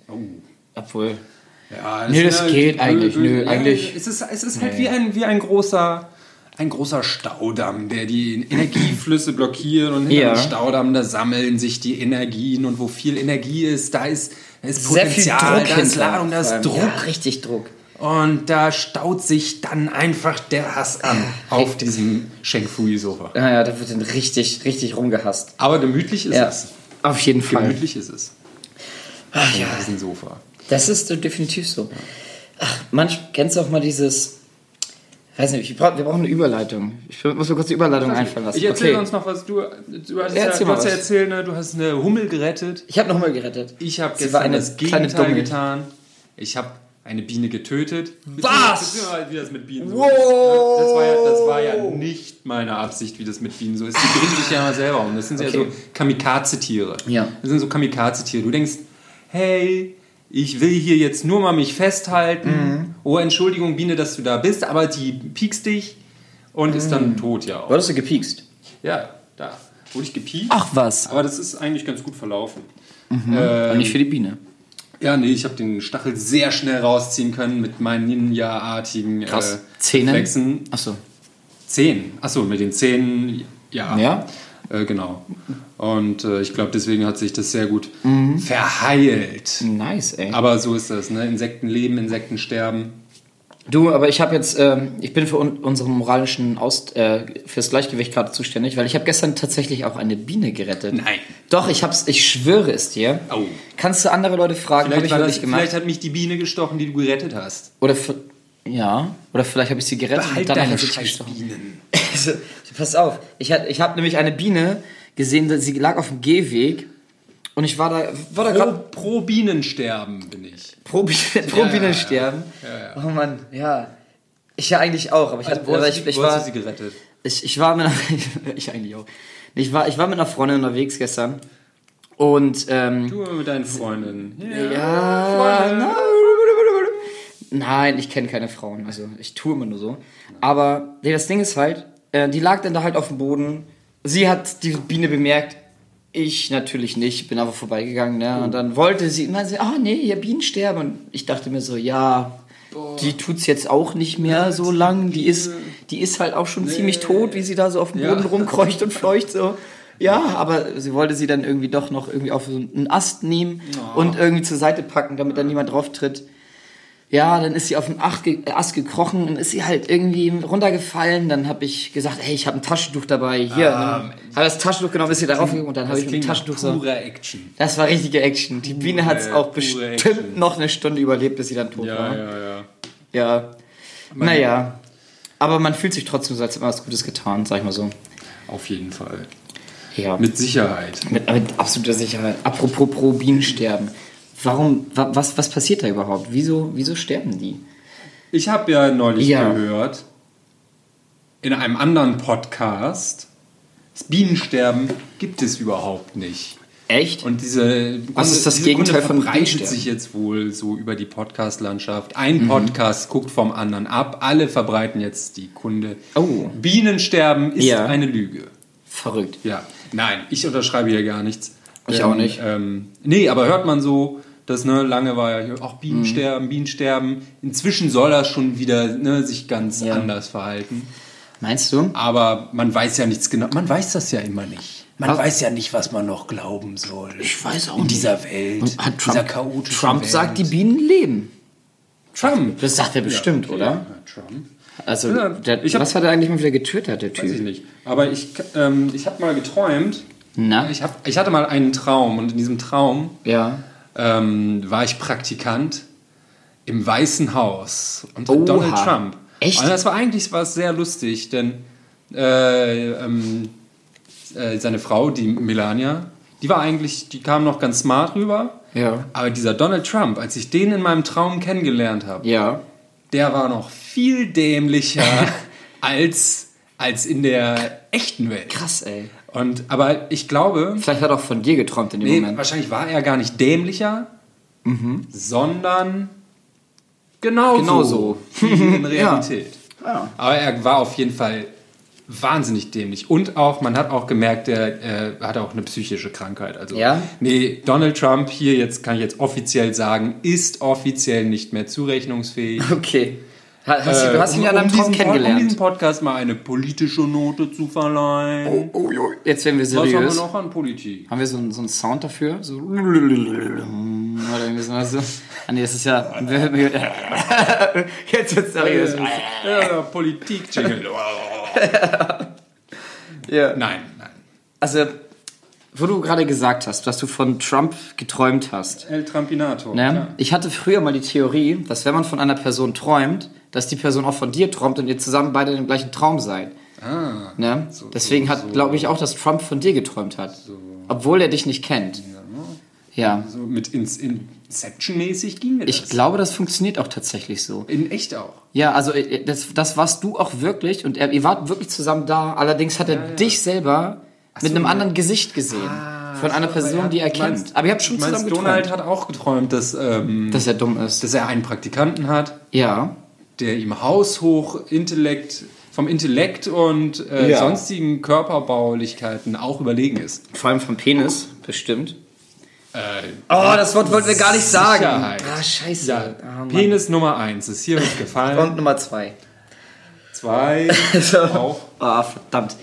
Obwohl. Oh. ja, das nö, ist das halt- geht eigentlich, nö, ja, eigentlich- Es ist, es ist halt wie, ein, wie ein großer... Ein großer Staudamm, der die Energieflüsse blockiert und hinter Ja. dem Staudamm, da sammeln sich die Energien und wo viel Energie ist, da ist, da ist Potenzial, da ist hinter, Ladung, da vor ist allem. Druck. Ja, richtig Druck. Und da staut sich dann einfach der Hass an auf diesem Sheng Fui Sofa. Ja, ja, da wird dann richtig, richtig rumgehasst. Aber gemütlich ist Ja. es. Auf jeden Fall. Gemütlich ist es. Ach Ja. Diesen Sofa. Das ist äh, definitiv so. Ach, manch, kennst du auch mal dieses. Weiß nicht, ich brauch, wir brauchen eine Überleitung. Ich muss mir kurz die Überleitung einfallen lassen. Ich erzähle Okay. uns noch was. Du, du hast, Ja, ja, erzähl du mal hast ja was. erzählt, ne, du hast eine Hummel gerettet. Ich habe nochmal gerettet. Ich habe Sie war gestern eine das kleine Gegenteil Dummel. getan. Ich habe eine Biene getötet. Was? Wissen wir mal, Wie das mit Bienen so Wow. ist. Ne? Das war, ja, das war ja nicht meine Absicht, wie das mit Bienen so ist. Die bringen sich ja mal selber um. Das sind ja Okay. so Kamikaze-Tiere. Ja. Das sind so Kamikaze-Tiere. Du denkst, hey, ich will hier jetzt nur mal mich festhalten. Mhm. Oh, Entschuldigung, Biene, dass du da bist, aber die piekst dich und ist Mhm. dann tot ja auch. Wurdest du gepiekst? Ja, da wurde ich gepiekt. Ach was. Aber das ist eigentlich ganz gut verlaufen. Und nicht für die Biene. Ja, nee, ich habe den Stachel sehr schnell rausziehen können mit meinen Ninja-artigen äh, Krass. Zähnen? Reflexen. Achso. Zehen. Achso, mit den Zähnen, ja. Ja? Äh, genau. Und äh, ich glaube, deswegen hat sich das sehr gut Mhm. verheilt. Nice, ey. Aber so ist das, ne? Insekten leben, Insekten sterben. Du, aber ich habe jetzt, ähm, ich bin für un unseren moralischen Aus äh, fürs Gleichgewicht gerade zuständig, weil ich habe gestern tatsächlich auch eine Biene gerettet. Nein. Doch, ich hab's, ich schwöre es dir. Au. Kannst du andere Leute fragen, habe Vielleicht, ich war das, wirklich gemacht? vielleicht hat mich die Biene gestochen, die du gerettet hast. Oder v- ja, oder vielleicht habe ich sie gerettet Behalt und dann deine habe ich sie scheiß gestochen. Bienen. Also, pass auf, Ich, hat- ich habe nämlich eine Biene gesehen, sie lag auf dem Gehweg und ich war da, war da Pro, gerade pro Bienensterben bin ich. pro, Bi- pro ja, ja. Bienensterben. Oh Mann, ja. Ich ja eigentlich auch, aber ich, hab, aber hast ich, du, ich Also, wo hast war. du sie gerettet? ich, ich war mit einer, ich eigentlich auch. Ich war, ich war mit einer Freundin unterwegs gestern und ähm, Du mit deinen Freundinnen. Ja, na, Nein, ich kenne keine Frauen. Also ich tue immer nur so. Aber nee, das Ding ist halt, äh, die lag dann da halt auf dem Boden. Sie hat die Biene bemerkt. Ich natürlich nicht, bin einfach vorbeigegangen. Ne? Und dann wollte sie, meinte sie, ah nee, ihr Bienen sterben. Und ich dachte mir so, ja, die tut's jetzt auch nicht mehr so lang. Die ist, die ist halt auch schon ziemlich tot, wie sie da so auf dem Ja. Boden rumkreucht und fleucht so. Ja, aber sie wollte sie dann irgendwie doch Oh. noch irgendwie auf so einen Ast nehmen und irgendwie zur Seite packen, damit dann niemand drauf tritt. Ja, dann ist sie auf den Ach ge äh, Ast gekrochen und ist sie halt irgendwie runtergefallen. Dann habe ich gesagt, hey, ich habe ein Taschentuch dabei. Hier, Ah, ne? habe das Taschentuch genommen, ist sie darauf gegangen und dann habe ich mit dem Taschentuch so. pure Action. Das war richtige Action. Die Biene hat es auch pure bestimmt Action. noch eine Stunde überlebt, bis sie dann tot Ja, war. ja, ja. Ja. naja. Aber man fühlt sich trotzdem, so, als hätte man was Gutes getan, sag ich mal so. Auf jeden Fall. Ja. Mit Sicherheit. Mit, mit absoluter Sicherheit. Apropos pro Bienensterben. Warum, wa, was, was passiert da überhaupt? Wieso, wieso sterben die? Ich habe ja neulich Ja. gehört, in einem anderen Podcast, das Bienensterben gibt es überhaupt nicht. Echt? Und diese Was ist das diese Gegenteil Gründe von verbreitet Bienensterben? Mhm. sich jetzt wohl so über die Podcast-Landschaft. Ein Podcast guckt vom anderen ab. Alle verbreiten jetzt die Kunde. Oh. Bienensterben ist Ja. eine Lüge. Verrückt. Ja, nein, ich unterschreibe hier gar nichts. Ich Ähm, auch nicht. Ähm, nee, aber hört man so, dass ne, lange war ja hier, ach, Mhm. Bienensterben, Bienensterben. Inzwischen soll er schon wieder ne, sich ganz Ja. anders verhalten. Meinst du? Aber man weiß ja nichts genau. Man weiß das ja immer nicht. Man Aber- weiß ja nicht, was man noch glauben soll. Ich weiß auch In nicht. dieser Welt, Hat dieser Trump, chaotischen Trump Welt. sagt, die Bienen leben. Trump. Das sagt er bestimmt, Ja, oder? ja, Trump. Also, Ja, der, ich hab- was hat er eigentlich mal wieder getötet, der Weiß ich Typ? nicht. Aber ich, ähm, ich habe mal geträumt. Na? Ich, hab, ich hatte mal einen Traum und in diesem Traum Ja. ähm, war ich Praktikant im Weißen Haus unter Oha. Donald Trump. Echt? Und das war eigentlich war es sehr lustig, denn äh, ähm, äh, seine Frau, die Melania, die war eigentlich, die kam noch ganz smart rüber. Ja. Aber dieser Donald Trump, als ich den in meinem Traum kennengelernt habe, Ja. der war noch viel dämlicher als, als in der echten Welt. Krass, ey. Und, aber ich glaube, Vielleicht hat er auch von dir geträumt in dem Nee, Moment. Mhm. wahrscheinlich war er gar nicht dämlicher, sondern genauso, Genauso. wie in Realität. Ja. Aber er war auf jeden Fall wahnsinnig dämlich. Und auch, man hat auch gemerkt, er äh, hat auch eine psychische Krankheit. Also, Ja? nee, Donald Trump hier, jetzt kann ich jetzt offiziell sagen, ist offiziell nicht mehr zurechnungsfähig. Okay. Ha- Hast, du- du hast ihn Äh, ja in um- einem Traum um diesen Pod- Um kennengelernt. diesem Podcast mal eine politische Note zu verleihen. Jetzt werden wir Was haben wir Oh, seriös. noch an Politik? Haben wir so einen, so einen Sound dafür? So. Oder irgendwie so. Also, ah, nee, das ist ja. Jetzt wird's Äh, seriös. Ja, äh, Politik-Jingle. Ja. Nein, nein. Also, wo du gerade gesagt hast, dass du von Trump geträumt hast. El Trampinato. Ne? klar. Ich hatte früher mal die Theorie, dass wenn man von einer Person träumt, dass die Person auch von dir träumt und ihr zusammen beide in dem gleichen Traum seid. Ah, Ne? Deswegen hat, glaube ich, auch, dass Trump von dir geträumt hat. Obwohl er dich nicht kennt. Ja. so mit ins Inception-mäßig ging mir Ich das. glaube, das funktioniert auch tatsächlich so. In echt auch. Ja, also äh, das, das warst du auch wirklich und er, ihr wart wirklich zusammen da. Allerdings hat er dich selber mit einem anderen Gesicht gesehen. von einer Person, die er kennt. Meinst- Aber ihr habt schon meinst, zusammen geträumt, Donald hat auch geträumt, dass, ähm, halt, dass er dumm ist. dass er einen Praktikanten hat, ja. der ihm haushoch Intellekt, vom Intellekt und äh, Ja. sonstigen Körperbaulichkeiten auch überlegen ist. Vor allem vom Penis, bestimmt. Äh, Oh, das Wort wollten wir gar nicht sagen. Sicherheit. Ah, scheiße. ja, Ah, Mann. Penis Nummer 1 ist hier uns gefallen. Und Nummer zwei. Zwei auch. Ah, verdammt.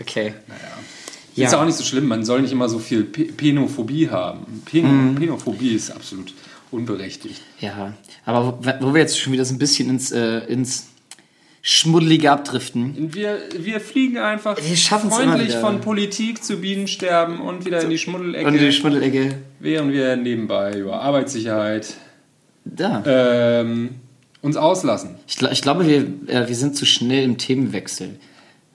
Okay. Ja. Ist ja auch nicht so schlimm, man soll nicht immer so viel Pe Penophobie haben. Mhm. Pen Penophobie ist absolut unberechtigt. Ja. Aber wo, wo wir jetzt schon wieder so ein bisschen ins, äh, ins Schmuddelige abdriften. Und wir, wir fliegen einfach Wir schaffen's immer freundlich wieder. von Politik zu Bienensterben und wieder in die Schmuddelecke, Und die Schmuddelecke. während wir nebenbei über Arbeitssicherheit Da. ähm, uns auslassen. Ich, gl- ich glaube, wir, äh, wir sind zu schnell im Themenwechsel.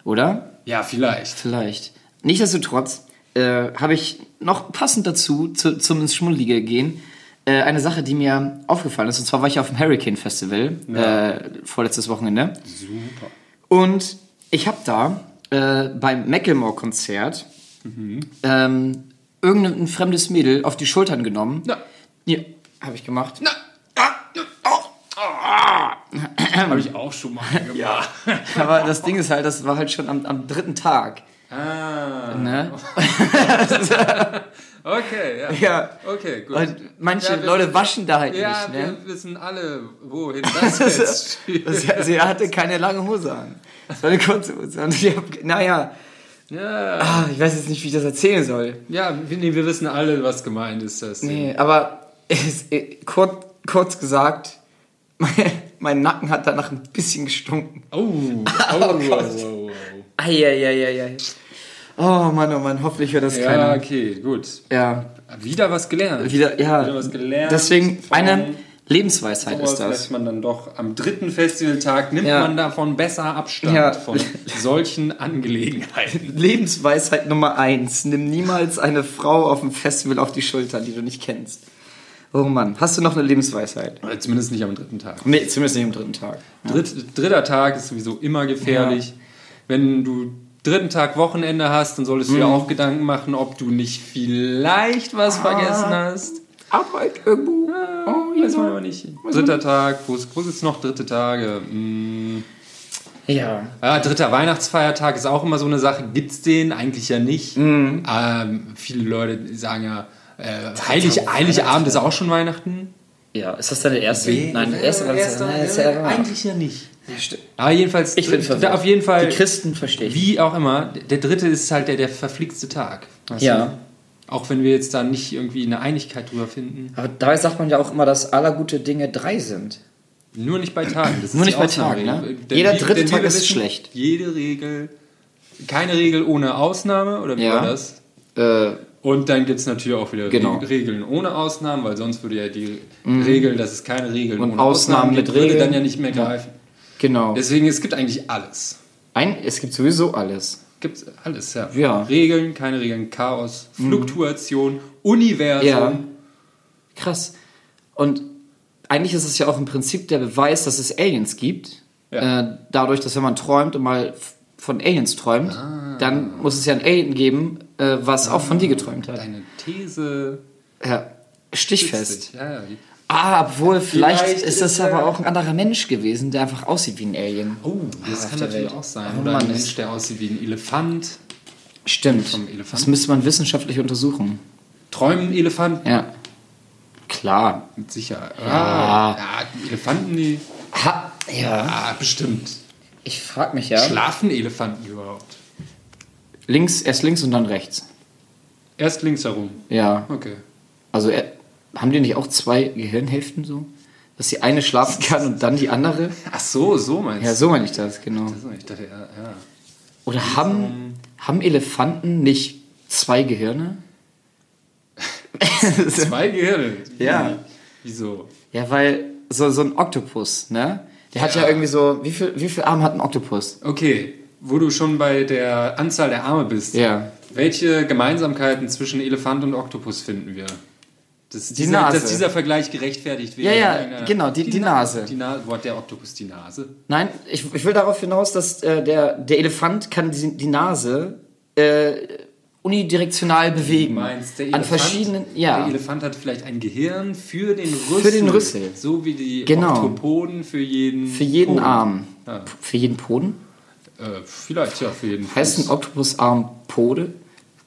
Oder? Ja, vielleicht. Vielleicht. Nichtsdestotrotz äh, habe ich noch passend dazu, zu, zum ins Schmuddelige gehen, äh, eine Sache, die mir aufgefallen ist. Und zwar war ich auf dem Hurricane Festival äh, vorletztes Wochenende. Super. Und ich habe da äh, beim Macklemore-Konzert Mhm. ähm, irgendein fremdes Mädel auf die Schultern genommen. Na. Ja, habe ich gemacht. Oh. Habe ich auch schon mal gemacht. ja. Aber das Ding ist halt, das war halt schon am, am dritten Tag. Ah, Ne? okay, ja. Ja. Okay, gut. Und manche Ja, wir- Leute waschen da halt ja, nicht. Ne? wir wissen alle, wohin das jetzt steht. Sie, Also, sie hatte keine lange Hose an. Das war eine kurze Hose. Und ich hab, naja, Ja. ah, ich weiß jetzt nicht, wie ich das erzählen soll. Ja, wir, nee, wir wissen alle, was gemeint ist. Das Nee, aber es, kurz, kurz äh, gesagt, mein Nacken hat danach ein bisschen gestunken. Oh, oh, oh, oh, oh. Eieieiei. Oh Mann, oh Mann, hoffentlich hört das Ja, keiner. okay, gut. Ja, Wieder was gelernt. wieder, ja. Wieder was gelernt. Deswegen Von- eine Lebensweisheit Sowas ist das. lässt man dann doch am dritten Festivaltag nimmt Ja. man davon besser Abstand Ja. von solchen Angelegenheiten. Lebensweisheit Nummer eins. Nimm niemals eine Frau auf dem Festival auf die Schulter, die du nicht kennst. Oh Mann, hast du noch eine Lebensweisheit? Oder Zumindest nicht am dritten Tag. Nee, zumindest nicht am dritten Tag. Dritt, dritter Tag ist sowieso immer gefährlich. Wenn du dritten Tag Wochenende hast, dann solltest du Mhm. dir auch Gedanken machen, ob du nicht vielleicht Ah. was vergessen hast. Arbeit irgendwo. Oh, weiß man aber nicht. Dritter Tag, wo ist, wo ist noch dritte Tage? Hm. Ja. Ja, dritter Weihnachtsfeiertag ist auch immer so eine Sache. Gibt's den eigentlich ja nicht? Mhm. Ähm, viele Leute sagen ja, äh, Heilig, Heiligabend ist auch schon Weihnachten. Ja, ist das deine erste? Nein, Äh, erste erster, Nein, das ist äh, ja wahr. eigentlich ja nicht. Aber jedenfalls, Ich bin dritt- verwirrt. auf jeden Fall, Die Christen verstehe ich. wie auch immer, der dritte ist halt der, der verflixte Tag. Weißt Ja. Du? Auch wenn wir jetzt da nicht irgendwie eine Einigkeit drüber finden. Aber dabei sagt man ja auch immer, dass aller gute Dinge drei sind. Nur nicht bei Tagen. Das Nur ist nicht die bei Tagen, Ausnahme. ne? Denn Jeder wie- dritte denn wie Tag wir ist schlecht. Jede Regel, keine Regel ohne Ausnahme, oder wie Ja. war das? Äh, Und dann gibt es natürlich auch wieder Genau. Mhm. Re- Regeln ohne Ausnahmen, weil sonst würde ja die Regel, dass es keine Regeln Und ohne Ausnahmen mit gibt, würde Regeln. dann ja nicht mehr greifen. genau. Deswegen, es gibt eigentlich alles. Ein, es gibt sowieso alles. Gibt alles, ja. Ja. Regeln, keine Regeln, Chaos, Fluktuation, Universum. Ja. Krass. Und eigentlich ist es ja auch im Prinzip der Beweis, dass es Aliens gibt. Ja. Äh, dadurch, dass wenn man träumt und mal f- von Aliens träumt, dann muss es ja ein Alien geben, äh, was auch von dir geträumt hat. Deine These. Ja. Stichfest. Ja, ja. Ah, obwohl, vielleicht, Vielleicht ist ist es er- aber auch ein anderer Mensch gewesen, der einfach aussieht wie ein Alien. Oh, das kann Ah, der natürlich Welt. auch sein. Oh Oder ein Mann, Mensch, das- der aussieht wie ein Elefant. Stimmt. Vom Elefanten. Das müsste man wissenschaftlich untersuchen. Träumen Elefanten? Ja. Klar. Mit Sicherheit. Ah, ja, Elefanten, die. Ha, ja. Ah, bestimmt. Ich frag mich ja. Schlafen Elefanten überhaupt? links, erst links und dann rechts. Erst links herum. Ja. Okay. Also äh, haben die nicht auch zwei Gehirnhälften so? Dass die eine schlafen kann und dann die andere? Ach so, so meinst Ja, du. so meine ich das, genau. Ach so, Ich dachte, ja, ja. Oder haben, haben Elefanten nicht zwei Gehirne? Zwei Gehirne. Ja. Wieso? Ja, weil so, so ein Oktopus, ne? Der hat ja, Ja. irgendwie so. Wie viel, wie viel Arme hat ein Oktopus? Okay, wo du schon bei der Anzahl der Arme bist. Ja. Welche Gemeinsamkeiten zwischen Elefant und Oktopus finden wir? Dass Die dieser, Nase. Dass dieser Vergleich gerechtfertigt Ja, wäre. ja, in irgendeiner- genau, die- die Na- Nase. Die Nase. Wo hat der Oktopus die Nase? Nein, ich, ich will darauf hinaus, dass äh, der, der Elefant kann die, die Nase äh, unidirektional bewegen. Du meinst, der An Elefant, verschiedenen. Ja. der Elefant hat vielleicht ein Gehirn für den Rüssel. den Rüssel. So wie die Genau. Oktopoden für jeden Für jeden Poden. Arm. Ja. P- Für jeden Poden? Äh, vielleicht, ja, für jeden Heißt ein Oktopusarm Pode?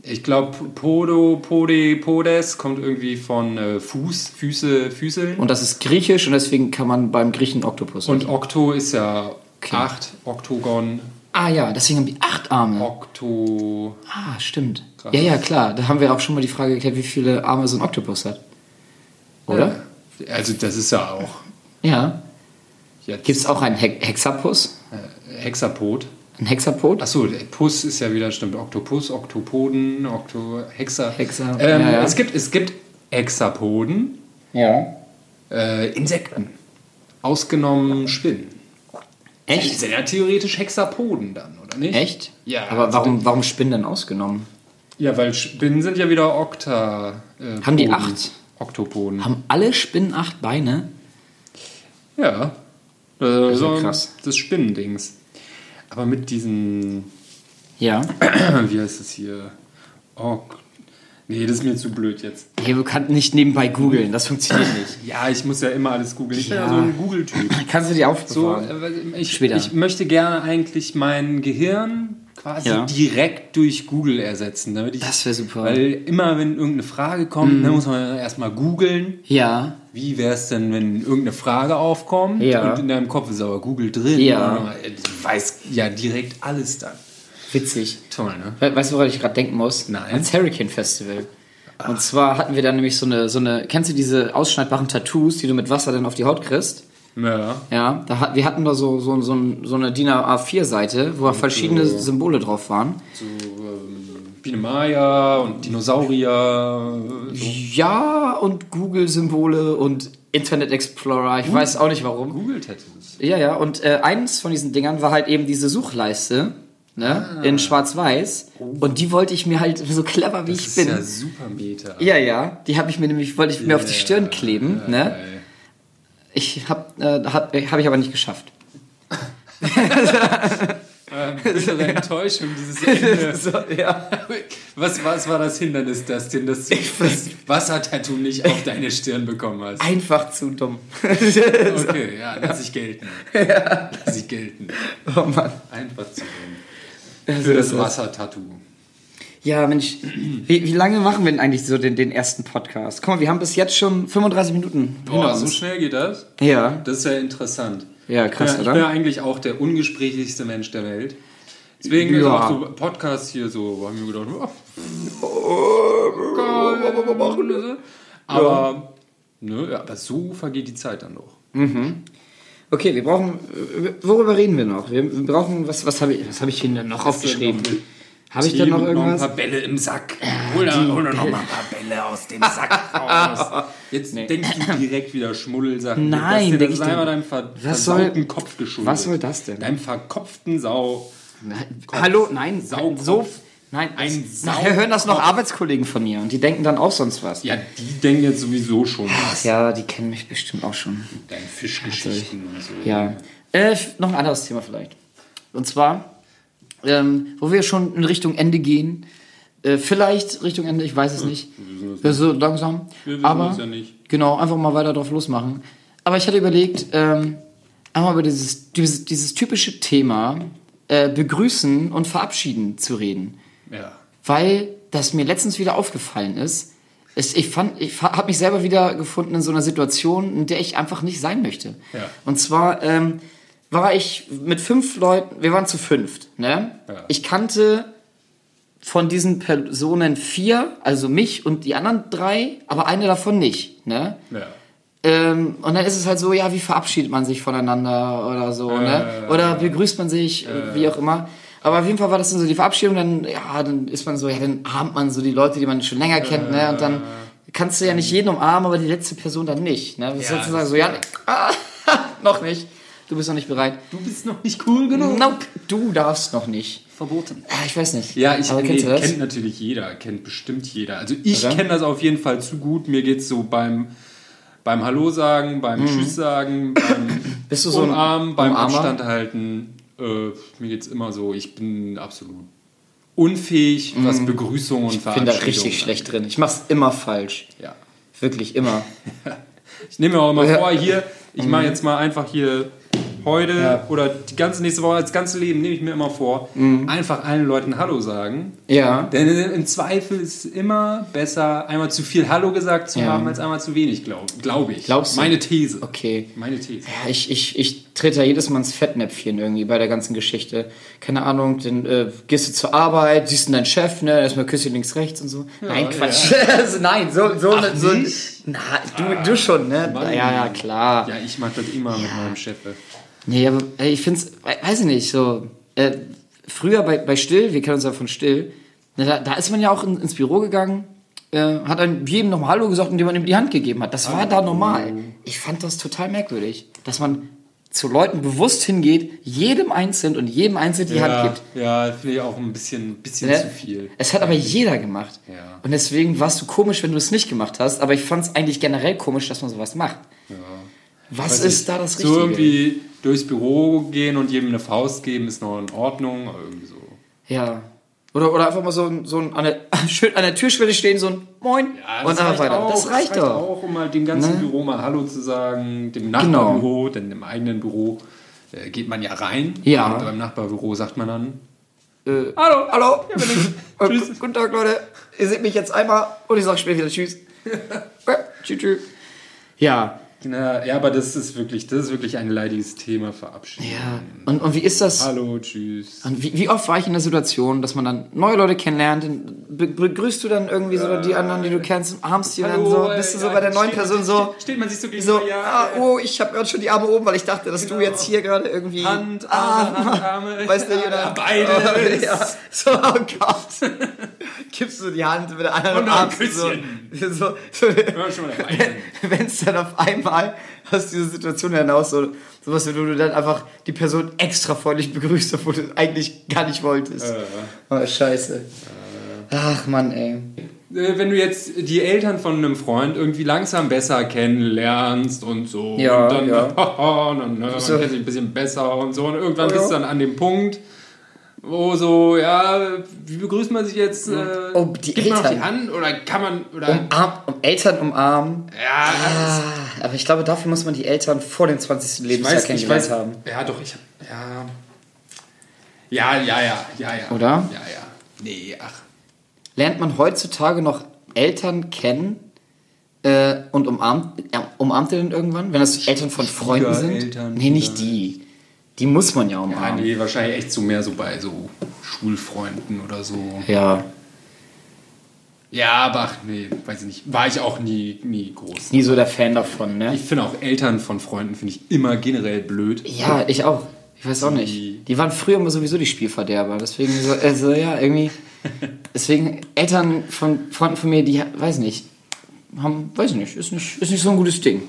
Ich glaube, Podo, Pode, Podes kommt irgendwie von äh, Fuß, Füße, Füßeln. Und, Und das ist griechisch und deswegen kann man beim Griechen Oktopus. Okto ist ja acht, Oktogon, ah ja, deswegen haben die acht Arme. Okto. Ah, stimmt. Ja, ja, klar. Da haben wir auch schon mal die Frage geklärt, wie viele Arme so ein Oktopus hat. Oder? Also, das ist ja auch Ja. jetzt Gibt es auch einen He Hexapus? Hexapod. Ein Hexapod? Achso, Pus ist ja wieder, stimmt, Oktopus, Oktopoden, Okto, Hexa. Hexa- ähm, ja, ja. Es, gibt, es gibt Hexapoden, Ja. äh, Insekten, ausgenommen Spinnen. Die Echt? sind ja theoretisch Hexapoden dann, oder nicht? Echt? Ja, Aber also warum, warum Spinnen denn ausgenommen? Ja, weil Spinnen sind ja wieder Okta. Äh, Haben die Poden. acht? Oktopoden. Haben alle Spinnen acht Beine? ja. ist Äh, ja so krass. Das Spinnendings. Aber mit diesen. Ja. Wie heißt das hier? Ok. Nee, das ist mir zu blöd jetzt. Hey, du kannst nicht nebenbei googeln, das funktioniert nicht. Ja, ich muss ja immer alles googeln. Ich Ja. bin ja so ein Google-Typ. Kannst du die So, aufbewahren? äh, ich, Später. ich möchte gerne eigentlich mein Gehirn quasi Ja. direkt durch Google ersetzen. Damit ich, Das wär super. Mhm. Weil immer, wenn irgendeine Frage kommt, dann muss man erstmal googeln. Ja. Wie wäre es denn, wenn irgendeine Frage aufkommt Ja. und in deinem Kopf ist aber Google drin? Ja. Und Du weißt ja direkt alles dann. Witzig. Toll, ne? We weißt du, woran ich gerade denken muss? Nein. Ans Hurricane Festival. Und zwar hatten wir da nämlich so eine, so eine, kennst du diese ausschneidbaren Tattoos, die du mit Wasser dann auf die Haut kriegst? Ja. Ja, da, hat- wir hatten da so, so, so, ein- so eine DIN A4-Seite, wo verschiedene Oh. Symbole drauf waren. So, ähm, Biene Maya und Dinosaurier. So. Ja, und Google-Symbole und Internet Explorer, ich Hm? weiß auch nicht warum. Googelt hättest es. Ja, ja, und äh, eins von diesen Dingern war halt eben diese Suchleiste, ne, Ah. in schwarz-weiß. Und die wollte ich mir halt so clever wie Oh. Das ich ist bin. ja super Meta. Ja, ja, die habe ich mir nämlich, wollte ich mir auf die Stirn kleben, ne? Geil. Ich hab, äh, hab, hab ich aber nicht geschafft. Bittere Enttäuschung, dieses Ende. So, ja. Was, was war das Hindernis, Dustin, dass du das Wassertattoo nicht auf deine Stirn bekommen hast? Einfach zu dumm. Also Okay, ja, lass ich gelten. Lass ich gelten. Oh Mann. Einfach zu dumm. Für das Genau, Wassertattoo. Ja, Mensch, wie, wie lange machen wir denn eigentlich so den, den ersten Podcast? Guck mal, wir haben bis jetzt schon 35 Minuten. hinter Boah, so uns. schnell geht das? Ja. Das ist ja interessant. Ja, krass, ich bin, oder? Ich bin ja eigentlich auch der ungesprächigste Mensch der Welt. Deswegen ja. Ja. auch so Podcasts hier so, haben wir gedacht, oh, machen Aber, ne, ja, aber so vergeht die Zeit dann doch. Okay, wir brauchen. äh, Worüber reden wir noch? Wir wir brauchen. Was, was habe ich, was hab ich Ihnen denn noch aufgeschrieben? Habe ich da noch ein irgendwas? paar Bälle im Sack. Hol da, hol da noch mal ein paar Ah, Bälle aus dem Sack raus. Jetzt denkst du direkt wieder Schmuddelsachen. Nein, das, denk das ich ist denn- einmal deinem ver Was soll- versauten Kopf geschuldet. was soll das denn? Deinem verkopften Sau. Kopf. Hallo, nein, Saukopf. so. Nein, Ein das, nachher hören das noch Arbeitskollegen von mir und die denken dann auch sonst was. Ja, die denken jetzt sowieso schon was. Ja, die kennen mich bestimmt auch schon. Deine Fischgeschichten und so. Ja. Äh, noch ein anderes Thema vielleicht. Und zwar, ähm, wo wir schon in Richtung Ende gehen. Äh, vielleicht Richtung Ende, ich weiß es nicht. Wir so langsam. Wir wissen Aber es ja nicht. genau, einfach mal weiter drauf losmachen. Aber ich hatte überlegt, ähm, einmal über dieses, dieses, dieses typische Thema äh, begrüßen und verabschieden zu reden Ja. weil das mir letztens wieder aufgefallen ist. Es, ich fand, ich habe mich selber wieder gefunden in so einer Situation, in der ich einfach nicht sein möchte. Ja. Und zwar ähm, war ich mit fünf Leuten, wir waren zu fünft. Ne? Ja. Ich kannte von diesen Personen vier, also mich und die anderen drei, aber eine davon nicht. Ne? Ja. Ähm, und dann ist es halt so, ja, wie verabschiedet man sich voneinander oder so, ne? Äh. Oder begrüßt man sich, wie auch immer. Aber auf jeden Fall war das dann so die Verabschiedung, dann, ja, dann ist man so, ja, dann ahmt man so die Leute, die man schon länger kennt, ne? Und dann kannst du ja nicht jeden umarmen, aber die letzte Person dann nicht, ne? Das Äh. Ja, ist das sozusagen ist so, ja, ah, noch nicht. Du bist noch nicht bereit. Du bist noch nicht cool genug. Nope, du darfst noch nicht. Verboten. Ah, Ich weiß nicht. Ja, ich aber kennst nee, du das? kennt natürlich jeder, kennt bestimmt jeder. Also ich Oder? kenne das auf jeden Fall zu gut. Mir geht's so beim beim Hallo sagen, beim Tschüss sagen, beim Bist du so ein Umarmen, beim Umarmer? Abstand halten. Äh, mir geht's immer so. Ich bin absolut unfähig, was Begrüßung und Mhm. ich bin da Verabschiedung. richtig schlecht drin. Ich mach's immer falsch. Ja. Wirklich immer. Ich nehme mir auch immer Ja. Mhm. vor, hier, ich mache jetzt mal einfach hier heute oder die ganze nächste Woche, das ganze Leben nehme ich mir immer vor, einfach allen Leuten Hallo sagen. Mhm. Ja. Denn im Zweifel ist es immer besser, einmal zu viel Hallo gesagt zu Ja. haben, als einmal zu wenig, glaube glaub ich. Glaubst du? Meine These. Okay. Meine These. Ja, ich, ich, ich trete da jedes Mal ins Fettnäpfchen irgendwie bei der ganzen Geschichte. Keine Ahnung, dann äh, gehst du zur Arbeit, siehst du deinen Chef, ne, erstmal Küsschen links, rechts und so. Nein, Quatsch. also, nein, so, so, Ach, so nicht? Ah, Na, du, du schon, ne? Mann. Ja, ja, klar. Ja, ich mache das immer mit meinem Chef. Nee, aber ey, ich find's, we- weiß ich nicht, so. Äh, früher bei, bei Still, wir kennen uns ja von Still, na, da, da ist man ja auch in, ins Büro gegangen, äh, hat einem jedem nochmal Hallo gesagt, indem man ihm die Hand gegeben hat. Das war da normal. Ich fand das total merkwürdig, dass man zu Leuten bewusst hingeht, jedem einzeln und jedem einzeln die Hand Ja, gibt. ja finde ich auch ein bisschen, bisschen Ne? zu viel. Es hat aber jeder gemacht. Ja. Und deswegen warst du komisch, wenn du es nicht gemacht hast, aber ich fand's eigentlich generell komisch, dass man sowas macht. Was Weiß ist nicht. da das Richtige? So irgendwie durchs Büro gehen und jedem eine Faust geben, ist noch in Ordnung. aber Irgendwie so. Ja. Oder, oder einfach mal so ein, so ein an, der, schön an der Türschwelle stehen, so ein Moin Ja, und einfach weiter. das reicht doch. Ne? auch, um mal dem ganzen Büro mal Hallo zu sagen, dem Genau. Nachbarbüro, denn im eigenen Büro äh, geht man ja rein. Ja. Und beim Nachbarbüro sagt man dann, Hallo, Äh, hallo. Tschüss. Guten Tag, Leute. Ihr seht mich jetzt einmal und ich sage später wieder Tschüss. Äh, tschüss, tschüss. Ja, Na, ja, aber das ist wirklich, das ist wirklich ein leidiges Thema verabschieden. Ja. Und, und wie ist das? Hallo, tschüss. Und wie, wie oft war ich in der Situation, dass man dann neue Leute kennenlernt? dann Be begrüßt du dann irgendwie so die anderen, die du kennst, armst die dann so? Äh, Hallo, Bist du äh, so ja, bei der neuen steht- Person so? Steht man sich so gegenüber, So, ja. ah, oh, ich habe gerade schon die Arme oben, weil ich dachte, dass du Genau. jetzt hier gerade irgendwie. Ah, Hand, Arme, Hand, Arme. Weißt du, oder? Beide. Ja, so, oh Gott. Gibst du die Hand mit der anderen Und noch Arm. ein So, so, so, Ja, schon mal dabei. Wenn es dann auf einmal aus dieser Situation hinaus so sowas, wird, wo du dann einfach die Person extra freundlich begrüßt, obwohl du eigentlich gar nicht wolltest. Oh, scheiße. Ach Mann, ey. Äh, Wenn du jetzt die Eltern von einem Freund irgendwie langsam besser kennenlernst und so, Ja, und dann, ja. und dann ne, man kennt sich ein bisschen besser und so, und irgendwann bist du dann an dem Punkt, wo so, ja, wie begrüßt man sich jetzt? Äh, Oh, die gibt man noch die Eltern. Hand oder kann man, oder, Umarm, um Eltern umarmen. ja, Ah, aber ich glaube, dafür muss man die Eltern vor dem 20. ich Lebensjahr weiß, ich kennengelernt weiß, haben. ja, doch, ich hab, ja, ja, ja, ja, ja, ja, Oder? Ja, ja, nee, ach, Lernt man heutzutage noch Eltern kennen äh, und umarmt, äh, umarmt ihr denn irgendwann? Wenn das Eltern von Freunden sind? Eltern, nee, nicht die. Die muss man ja ah, umarmen. nee, wahrscheinlich echt so mehr so bei so Schulfreunden oder so. ja, Ja, aber ach, nee, weiß ich nicht. War ich auch nie, nie groß. nie so der Fan davon, ne? Ich finde auch Eltern von Freunden finde ich immer generell blöd. ja, ich auch. Ich weiß auch nicht. Die waren früher immer sowieso die Spielverderber. Deswegen, so, also ja, irgendwie. Deswegen, Eltern von Freunden von mir, die, weiß nicht, haben, weiß ich nicht, ist nicht, ist nicht so ein gutes Ding.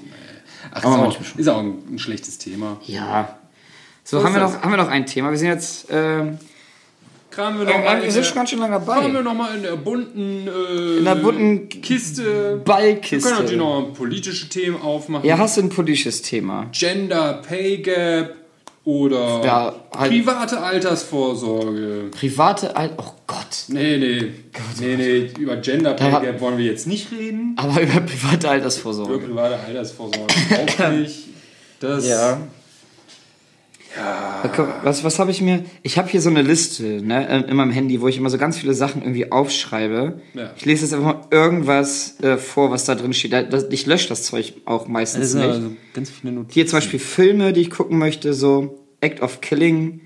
Ach, ist Aber auch, manchmal schon. ist auch ein, ein schlechtes Thema. Ja. So, haben, wir ist noch, haben wir noch ein Thema. Wir sind jetzt, ähm, Kramen wir Ähm, nochmal wir sind schon ganz schön lange kramen dabei. wir noch mal in der bunten, äh, In der bunten Kiste. Wir Ballkiste. können natürlich noch politische Themen aufmachen. Ja, hast du ein politisches Thema? Gender Pay Gap oder Ja, halt- private Altersvorsorge. Private Al Oh Gott. Nee, nee. Nee, nee. Über Gender Pay Gap wollen wir jetzt nicht reden. Aber über private Für Altersvorsorge. private Altersvorsorge auch nicht. Das Ja. Guck, Was, was habe ich mir? Ich habe hier so eine Liste ne, in- in meinem Handy, wo ich immer so ganz viele Sachen irgendwie aufschreibe. Ja. Ich lese jetzt einfach mal irgendwas äh, vor, was da drin steht. Da- das- Ich lösche das Zeug auch meistens nicht. Also, ganz viele Notizen. Hier zum Beispiel Filme, die ich gucken möchte, so Act of Killing.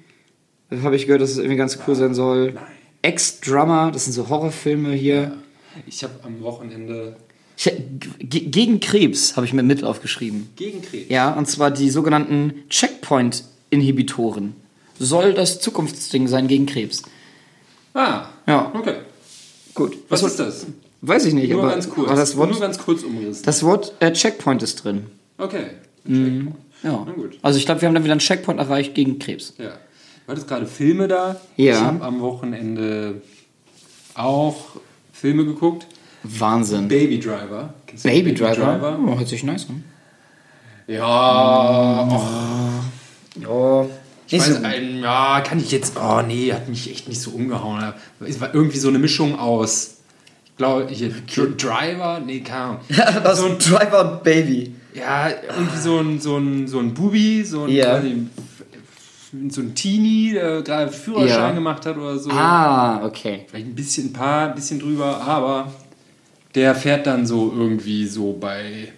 Da habe ich gehört, dass es irgendwie ganz Ah, cool sein soll. Ex-Drummer, das sind so Horrorfilme hier. Ich habe am Wochenende Ich, ge- gegen Krebs habe ich mir mit aufgeschrieben. gegen Krebs. Ja, und zwar die sogenannten Checkpoint-Inhibitoren. Soll das Zukunftsding sein gegen Krebs? Ah, Ja. okay. Gut. Was Das- ist das? Weiß ich nicht, Nur aber, ganz kurz. aber das Nur Wort, ganz kurz umrissen. das Wort äh, Checkpoint ist drin. Okay. Mhm. Ja. Na gut. Also ich glaube, wir haben dann wieder einen Checkpoint erreicht gegen Krebs. Ja. Du hattest gerade Filme da. Ja. Ich habe am Wochenende auch Filme geguckt. Wahnsinn. Baby Driver. Kennst du Baby Driver? Oh, hört sich nice an. Mhm. Ja, och, Oh, Ja. Ich weiß, ein, ja, kann ich jetzt. Oh nee, hat mich echt nicht so umgehauen. Es war irgendwie so eine Mischung aus. Ich glaube, hier Dr- Driver, nee, keine Ahnung. Was so ein Driver und Baby. Ja, irgendwie so ein, so ein, so ein Bubi, so ein, Ja. quasi, so ein Teenie, der gerade Führerschein Ja. gemacht hat oder so. Ah, okay. Vielleicht ein bisschen, ein paar, ein bisschen drüber, aber der fährt dann so irgendwie so bei.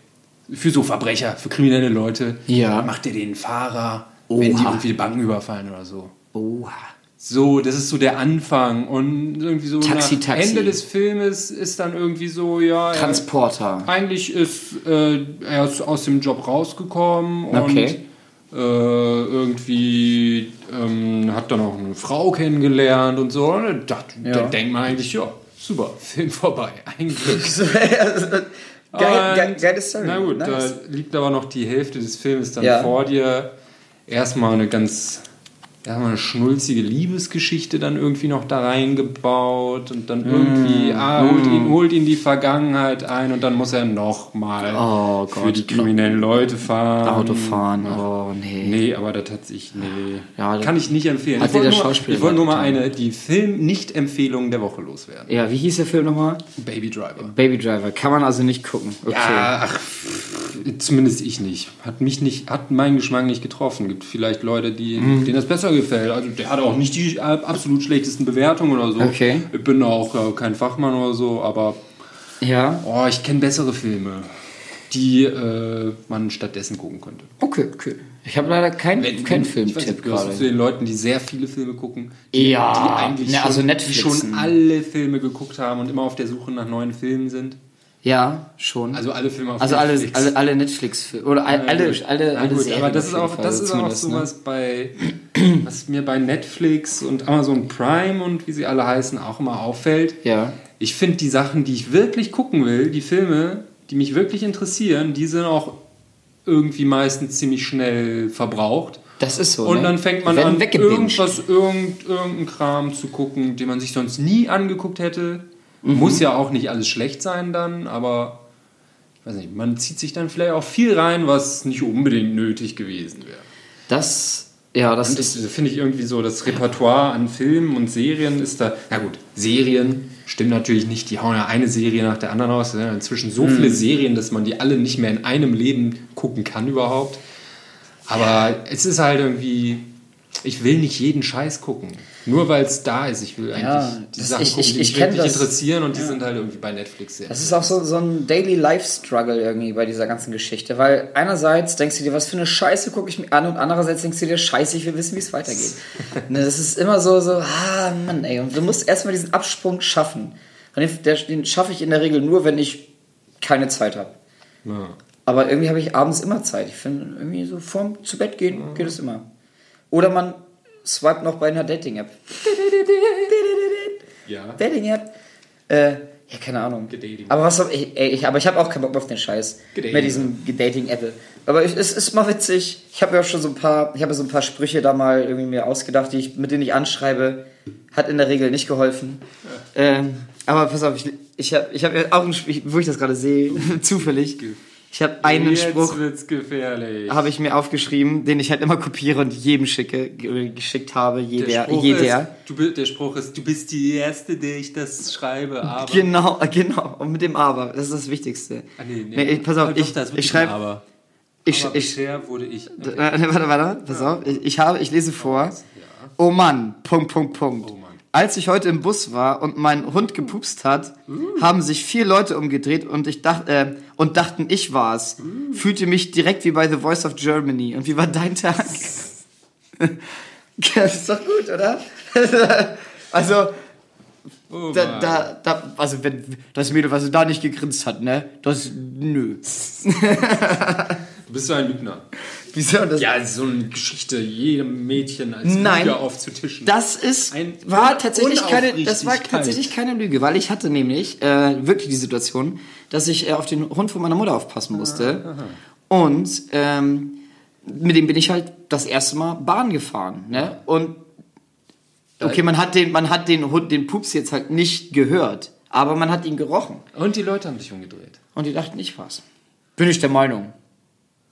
Für so Verbrecher, für kriminelle Leute. Ja. Macht er den Fahrer, wenn die Oha. irgendwie Banken überfallen oder so. Oha. So, das ist so der Anfang und irgendwie so Taxi, nach Taxi. Ende des Filmes ist dann irgendwie so, ja, er- Transporter. eigentlich ist äh, er ist aus dem Job rausgekommen und Okay. äh, irgendwie ähm, hat dann auch eine Frau kennengelernt und so. Und da, da denkt man eigentlich, ja, super, Film vorbei, ein Glück. Geil, Und- geil, geile Story. Na gut, nice. da liegt aber noch die Hälfte des Filmes dann Ja. vor dir. Erstmal eine ganz erstmal eine schnulzige Liebesgeschichte dann irgendwie noch da reingebaut und dann irgendwie Mm, ah, holt, ihn, holt ihn die Vergangenheit ein und dann muss er nochmal Oh für Gott. die kriminellen Leute fahren. Autofahren. Oh, nee. Nee, aber das hat sich. Nee. Ja, das- Kann ich nicht empfehlen. Hat ich dir wollte der nur, Schauspieler ich wollte nur mal getan. eine, die Film-Nicht-Empfehlung der Woche loswerden. Ja, wie hieß der Film nochmal? Baby Driver. Baby Driver. Kann man also nicht gucken. Okay. Ja, Ah, ach, zumindest ich nicht. Hat mich nicht, hat meinen Geschmack nicht getroffen. Gibt vielleicht Leute, die, Mhm. denen das besser gefällt. Also der hat auch nicht die ab- absolut schlechtesten Bewertungen oder so. Okay. Ich bin auch äh, kein Fachmann oder so, aber Ja. oh, ich kenne bessere Filme. die äh, man stattdessen gucken könnte. Okay, cool. Ich habe leider keinen Wenn- keinen ich weiß Filmtipp nicht, gehörst du Zu gerade. den Leuten, die sehr viele Filme gucken, die, Ja, die eigentlich ne, also schon, die Netflixen. schon alle Filme geguckt haben und immer auf der Suche nach neuen Filmen sind. Ja, schon. Also alle Filme auf Also alle, Netflix. alle, alle Netflix-Filme. Oder all- Ja, alle, gut. alle, Ja, alle gut, Serien. Aber das auf ist jeden auch, Fall, das ist auch zumindest, ne? sowas bei, was mir bei Netflix und Amazon Prime und wie sie alle heißen auch immer auffällt. Ja. Ich finde die Sachen, die ich wirklich gucken will, die Filme, die mich wirklich interessieren, die sind auch irgendwie meistens ziemlich schnell verbraucht. Das ist so. Und ne? dann fängt man Die werden an, weggebinged. irgendwas, irgend, irgendeinen Kram zu gucken, den man sich sonst nie angeguckt hätte. Mhm. Muss ja auch nicht alles schlecht sein dann, aber ich weiß nicht, man zieht sich dann vielleicht auch viel rein, was nicht unbedingt nötig gewesen wäre. Das, ja, das Und ist. das finde ich irgendwie so, das Repertoire an Filmen und Serien ist da, na gut, Serien stimmt natürlich nicht, die hauen ja eine Serie nach der anderen aus. Es sind ja inzwischen Hm. so viele Serien, dass man die alle nicht mehr in einem Leben gucken kann überhaupt. Aber es ist halt irgendwie, ich will nicht jeden Scheiß gucken. Nur weil es da ist. Ich will eigentlich Ja, die das- Sachen ich- gucken, ich- die ich mich kenn wirklich das. interessieren und die sind halt irgendwie bei Netflix. sehr. Das ist auch so, so ein Daily Life Struggle irgendwie bei dieser ganzen Geschichte, weil einerseits denkst du dir, was für eine Scheiße gucke ich mir an und andererseits denkst du dir, Scheiße, ich will wissen, wie es weitergeht. ne, das ist immer so, so, ah Mann, ey, und du musst erstmal diesen Absprung schaffen. Und den, der- den schaffe ich in der Regel nur, wenn ich keine Zeit habe. Ja. Aber irgendwie habe ich abends immer Zeit. Ich finde, irgendwie so vorm zu Bett gehen geht es immer. Oder man swipet noch bei einer Dating-App. Ja. Dating-App. Äh, ja, keine Ahnung. Gedating. Aber was hab ich, ey, ich, aber ich habe auch keinen Bock mehr auf den Scheiß. Gedating. Mit diesem Dating-App. Aber ich, es ist mal witzig. Ich habe ja auch schon so ein paar, ich habe so ein paar Sprüche da mal irgendwie mir ausgedacht, die ich, mit denen ich anschreibe. Hat in der Regel nicht geholfen. Ähm, aber pass auf, ich, ich habe ich hab ja auch einen Spruch, wo ich das gerade sehe, zufällig. Ich habe einen Jetzt Spruch wird's gefährlich. habe ich mir aufgeschrieben, den ich halt immer kopiere und jedem schicke, ge- geschickt habe, Der jeder, Spruch, jeder. Ist, du, bi- der Spruch ist, du bist die Erste, der ich das schreibe, aber... Genau, äh, genau. Und mit dem Aber, das ist das Wichtigste. Ah, nee, nee. Nee, ich, pass auf, Ah, doch, ich, da ist wirklich ich schreibe, ein Aber, ich, aber ich, bisher wurde ich... äh, warte, warte, pass auf, ich, ich habe, ich lese vor. Oh Mann, Punkt, Punkt, Punkt. Oh Mann. Als ich heute im Bus war und mein Hund gepupst hat, Uh. haben sich vier Leute umgedreht und ich dacht, äh, und dachten, ich war's. Uh. Fühlte mich direkt wie bei The Voice of Germany. Und wie war dein Tag? das ist doch gut, oder? also, Oh da, Mann. da, da, also wenn das Mädel, was sie da nicht gegrinst hat, ne? Das, nö. Du bist so ein Lügner. Wieso das? Ja, so eine Geschichte, jedem Mädchen als Nein. Lüge aufzutischen. Das ist Ein war tatsächlich keine, das war Unaufrichtigkeit. tatsächlich keine Lüge, weil ich hatte nämlich äh, wirklich die Situation, dass ich äh, auf den Hund von meiner Mutter Ah, aufpassen musste und ähm, mit dem bin ich halt das erste Mal Bahn gefahren, ne? Und okay, man hat den, man hat den Hund, den Pups jetzt halt nicht gehört, aber man hat ihn gerochen. Und die Leute haben dich umgedreht. Und die dachten, ich war's. Bin ich der Meinung.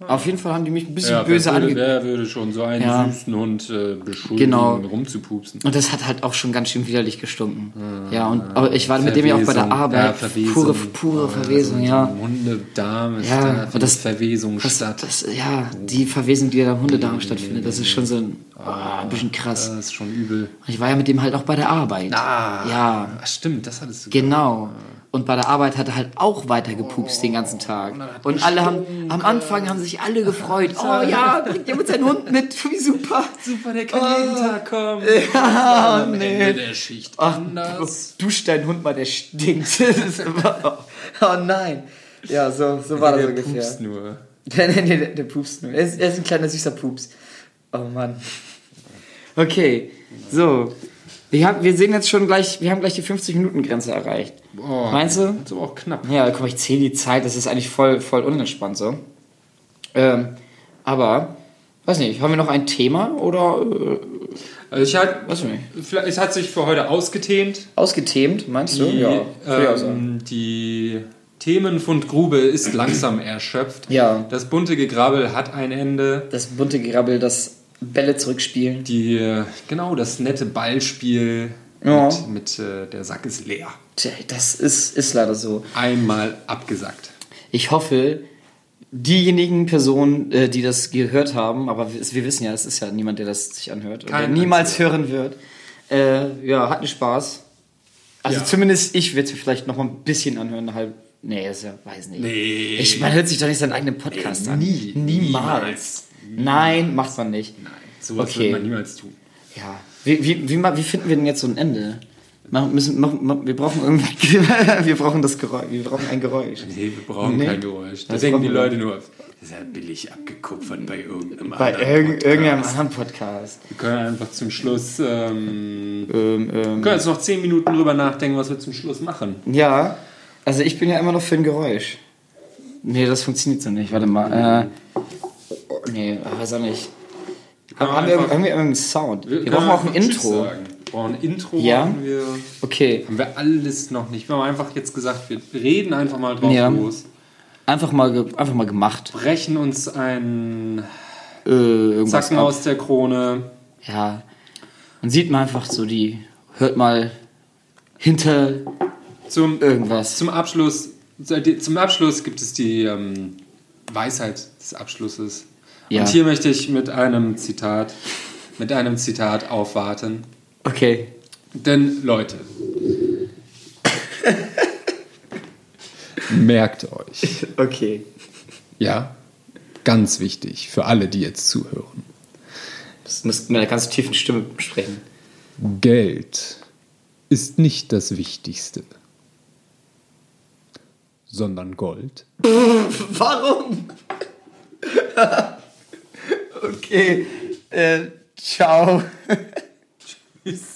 Auf jeden Fall haben die mich ein bisschen böse wer, würde, angeguckt. wer würde schon so einen Ja. süßen Hund äh, beschuldigen, Genau. rumzupupsen? Und das hat halt auch schon ganz schön widerlich gestunken. ja, und aber ich war mit dem ja auch bei der Ah, Verwesung. Arbeit. Ja, Verwesung. Oh, Ah, pure pure Verwesung, ja. Hundedarm ist Ja, da, und findet das- Verwesung Das, statt. Das, das, ja, die Verwesung, die da im Hundedarm stattfindet, das ist schon so ein, oh, Ah, ein bisschen krass. ist schon übel. Und ich war ja mit dem halt auch bei der Arbeit. Ja, Ah, stimmt, das hattest du genau. Und bei der Arbeit hat er halt auch weiter gepupst den ganzen Tag. Und alle haben, am Anfang haben sich alle gefreut. Oh ja, bringt ihr mit seinen Hund mit, wie super. Oh. Super, der kann jeden Tag kommen. Ja, Am nee. Ende der Schicht Ach, anders. dusch deinen Hund mal, der stinkt. Das ist immer, oh nein. Ja, so, so war das Der ungefähr. pupst nur. Nee, nee, nee, der, der pupst nur. Er ist, er ist ein kleiner süßer Pups. Oh Mann. Okay, so. Wir, haben, wir sehen jetzt schon gleich, wir haben gleich die 50-Minuten-Grenze erreicht. Boah, Meinst du? Das ist aber auch knapp. Ja, guck mal, ich zähle die Zeit, das ist eigentlich voll, voll unentspannt so. Ähm, aber, weiß nicht, haben wir noch ein Thema oder äh, Also ich hat, Weiß ich nicht. vielleicht- es hat sich für heute ausgetänt. ausgetemt, meinst du? Die, würde ich auch sagen. ähm, die Themenfundgrube ist langsam erschöpft. Ja. Das bunte Gegrabbel hat ein Ende. Das bunte Gerabbel, das Bälle zurückspielen. Die, äh, genau, das nette Ballspiel Ja. mit, mit äh, der Sack ist leer. Tja, Das ist, ist leider so. Einmal abgesackt. Ich hoffe, diejenigen Personen, äh, die das gehört haben, aber wir, wir wissen ja, es ist ja niemand, der das sich anhört oder Kein niemals hören wird. Äh, ja, hatten Spaß. Also Ja. zumindest ich werde es vielleicht noch mal ein bisschen anhören, eine halbe, Nee, das ist ja, weiß nicht. Nee. Ich, man hört sich doch nicht seinen eigenen Podcast an. nie. Niemals. Nein, macht man nicht. Nein, sowas Okay. wird man niemals tun. Ja. Wie, wie, wie, ma- wie finden wir denn jetzt so ein Ende? Machen, müssen, machen, machen, wir brauchen irgendwie, wir brauchen das Geräusch, wir brauchen ein Geräusch. Nee, wir brauchen Nee. kein Geräusch. Da Das denken die brauchen wir Leute nur, das ist ja billig abgekupfert bei irgendeinem Bei anderen irg irgendeinem Podcast. anderen Podcast. Wir können einfach zum Schluss, ähm, Ähm, ähm, wir können jetzt noch 10 Minuten drüber nachdenken, was wir zum Schluss machen. Ja, also ich bin ja immer noch für ein Geräusch. Nee, das funktioniert so nicht. Warte mal. Äh, nee, ach, weiß auch nicht. Aber Können wir haben, wir, einfach- haben wir irgendeinen Sound? Wir, können brauchen auch ein einfach Tschüss Intro. sagen. Wir brauchen ein Intro, Ja. haben, wir, Okay, haben wir alles noch nicht. Wir haben einfach jetzt gesagt, wir reden einfach mal drauf Ja. los. einfach mal, ge- einfach mal gemacht. Brechen uns einen Äh, irgendwas Zacken ab. aus der Krone. Ja. Man sieht mal einfach so die, hört mal hinter Zum, irgendwas. zum, Abschluss, äh, zum Abschluss gibt es die ähm, Weisheit des Abschlusses. Ja. Und hier möchte ich mit einem Zitat, mit einem Zitat aufwarten. Okay. Denn Leute, merkt euch, Okay. ja, ganz wichtig für alle, die jetzt zuhören. Das müsst mit einer ganz tiefen Stimme sprechen. Geld ist nicht das Wichtigste, sondern Gold. Warum? okay. Äh, ciao. Tschüss.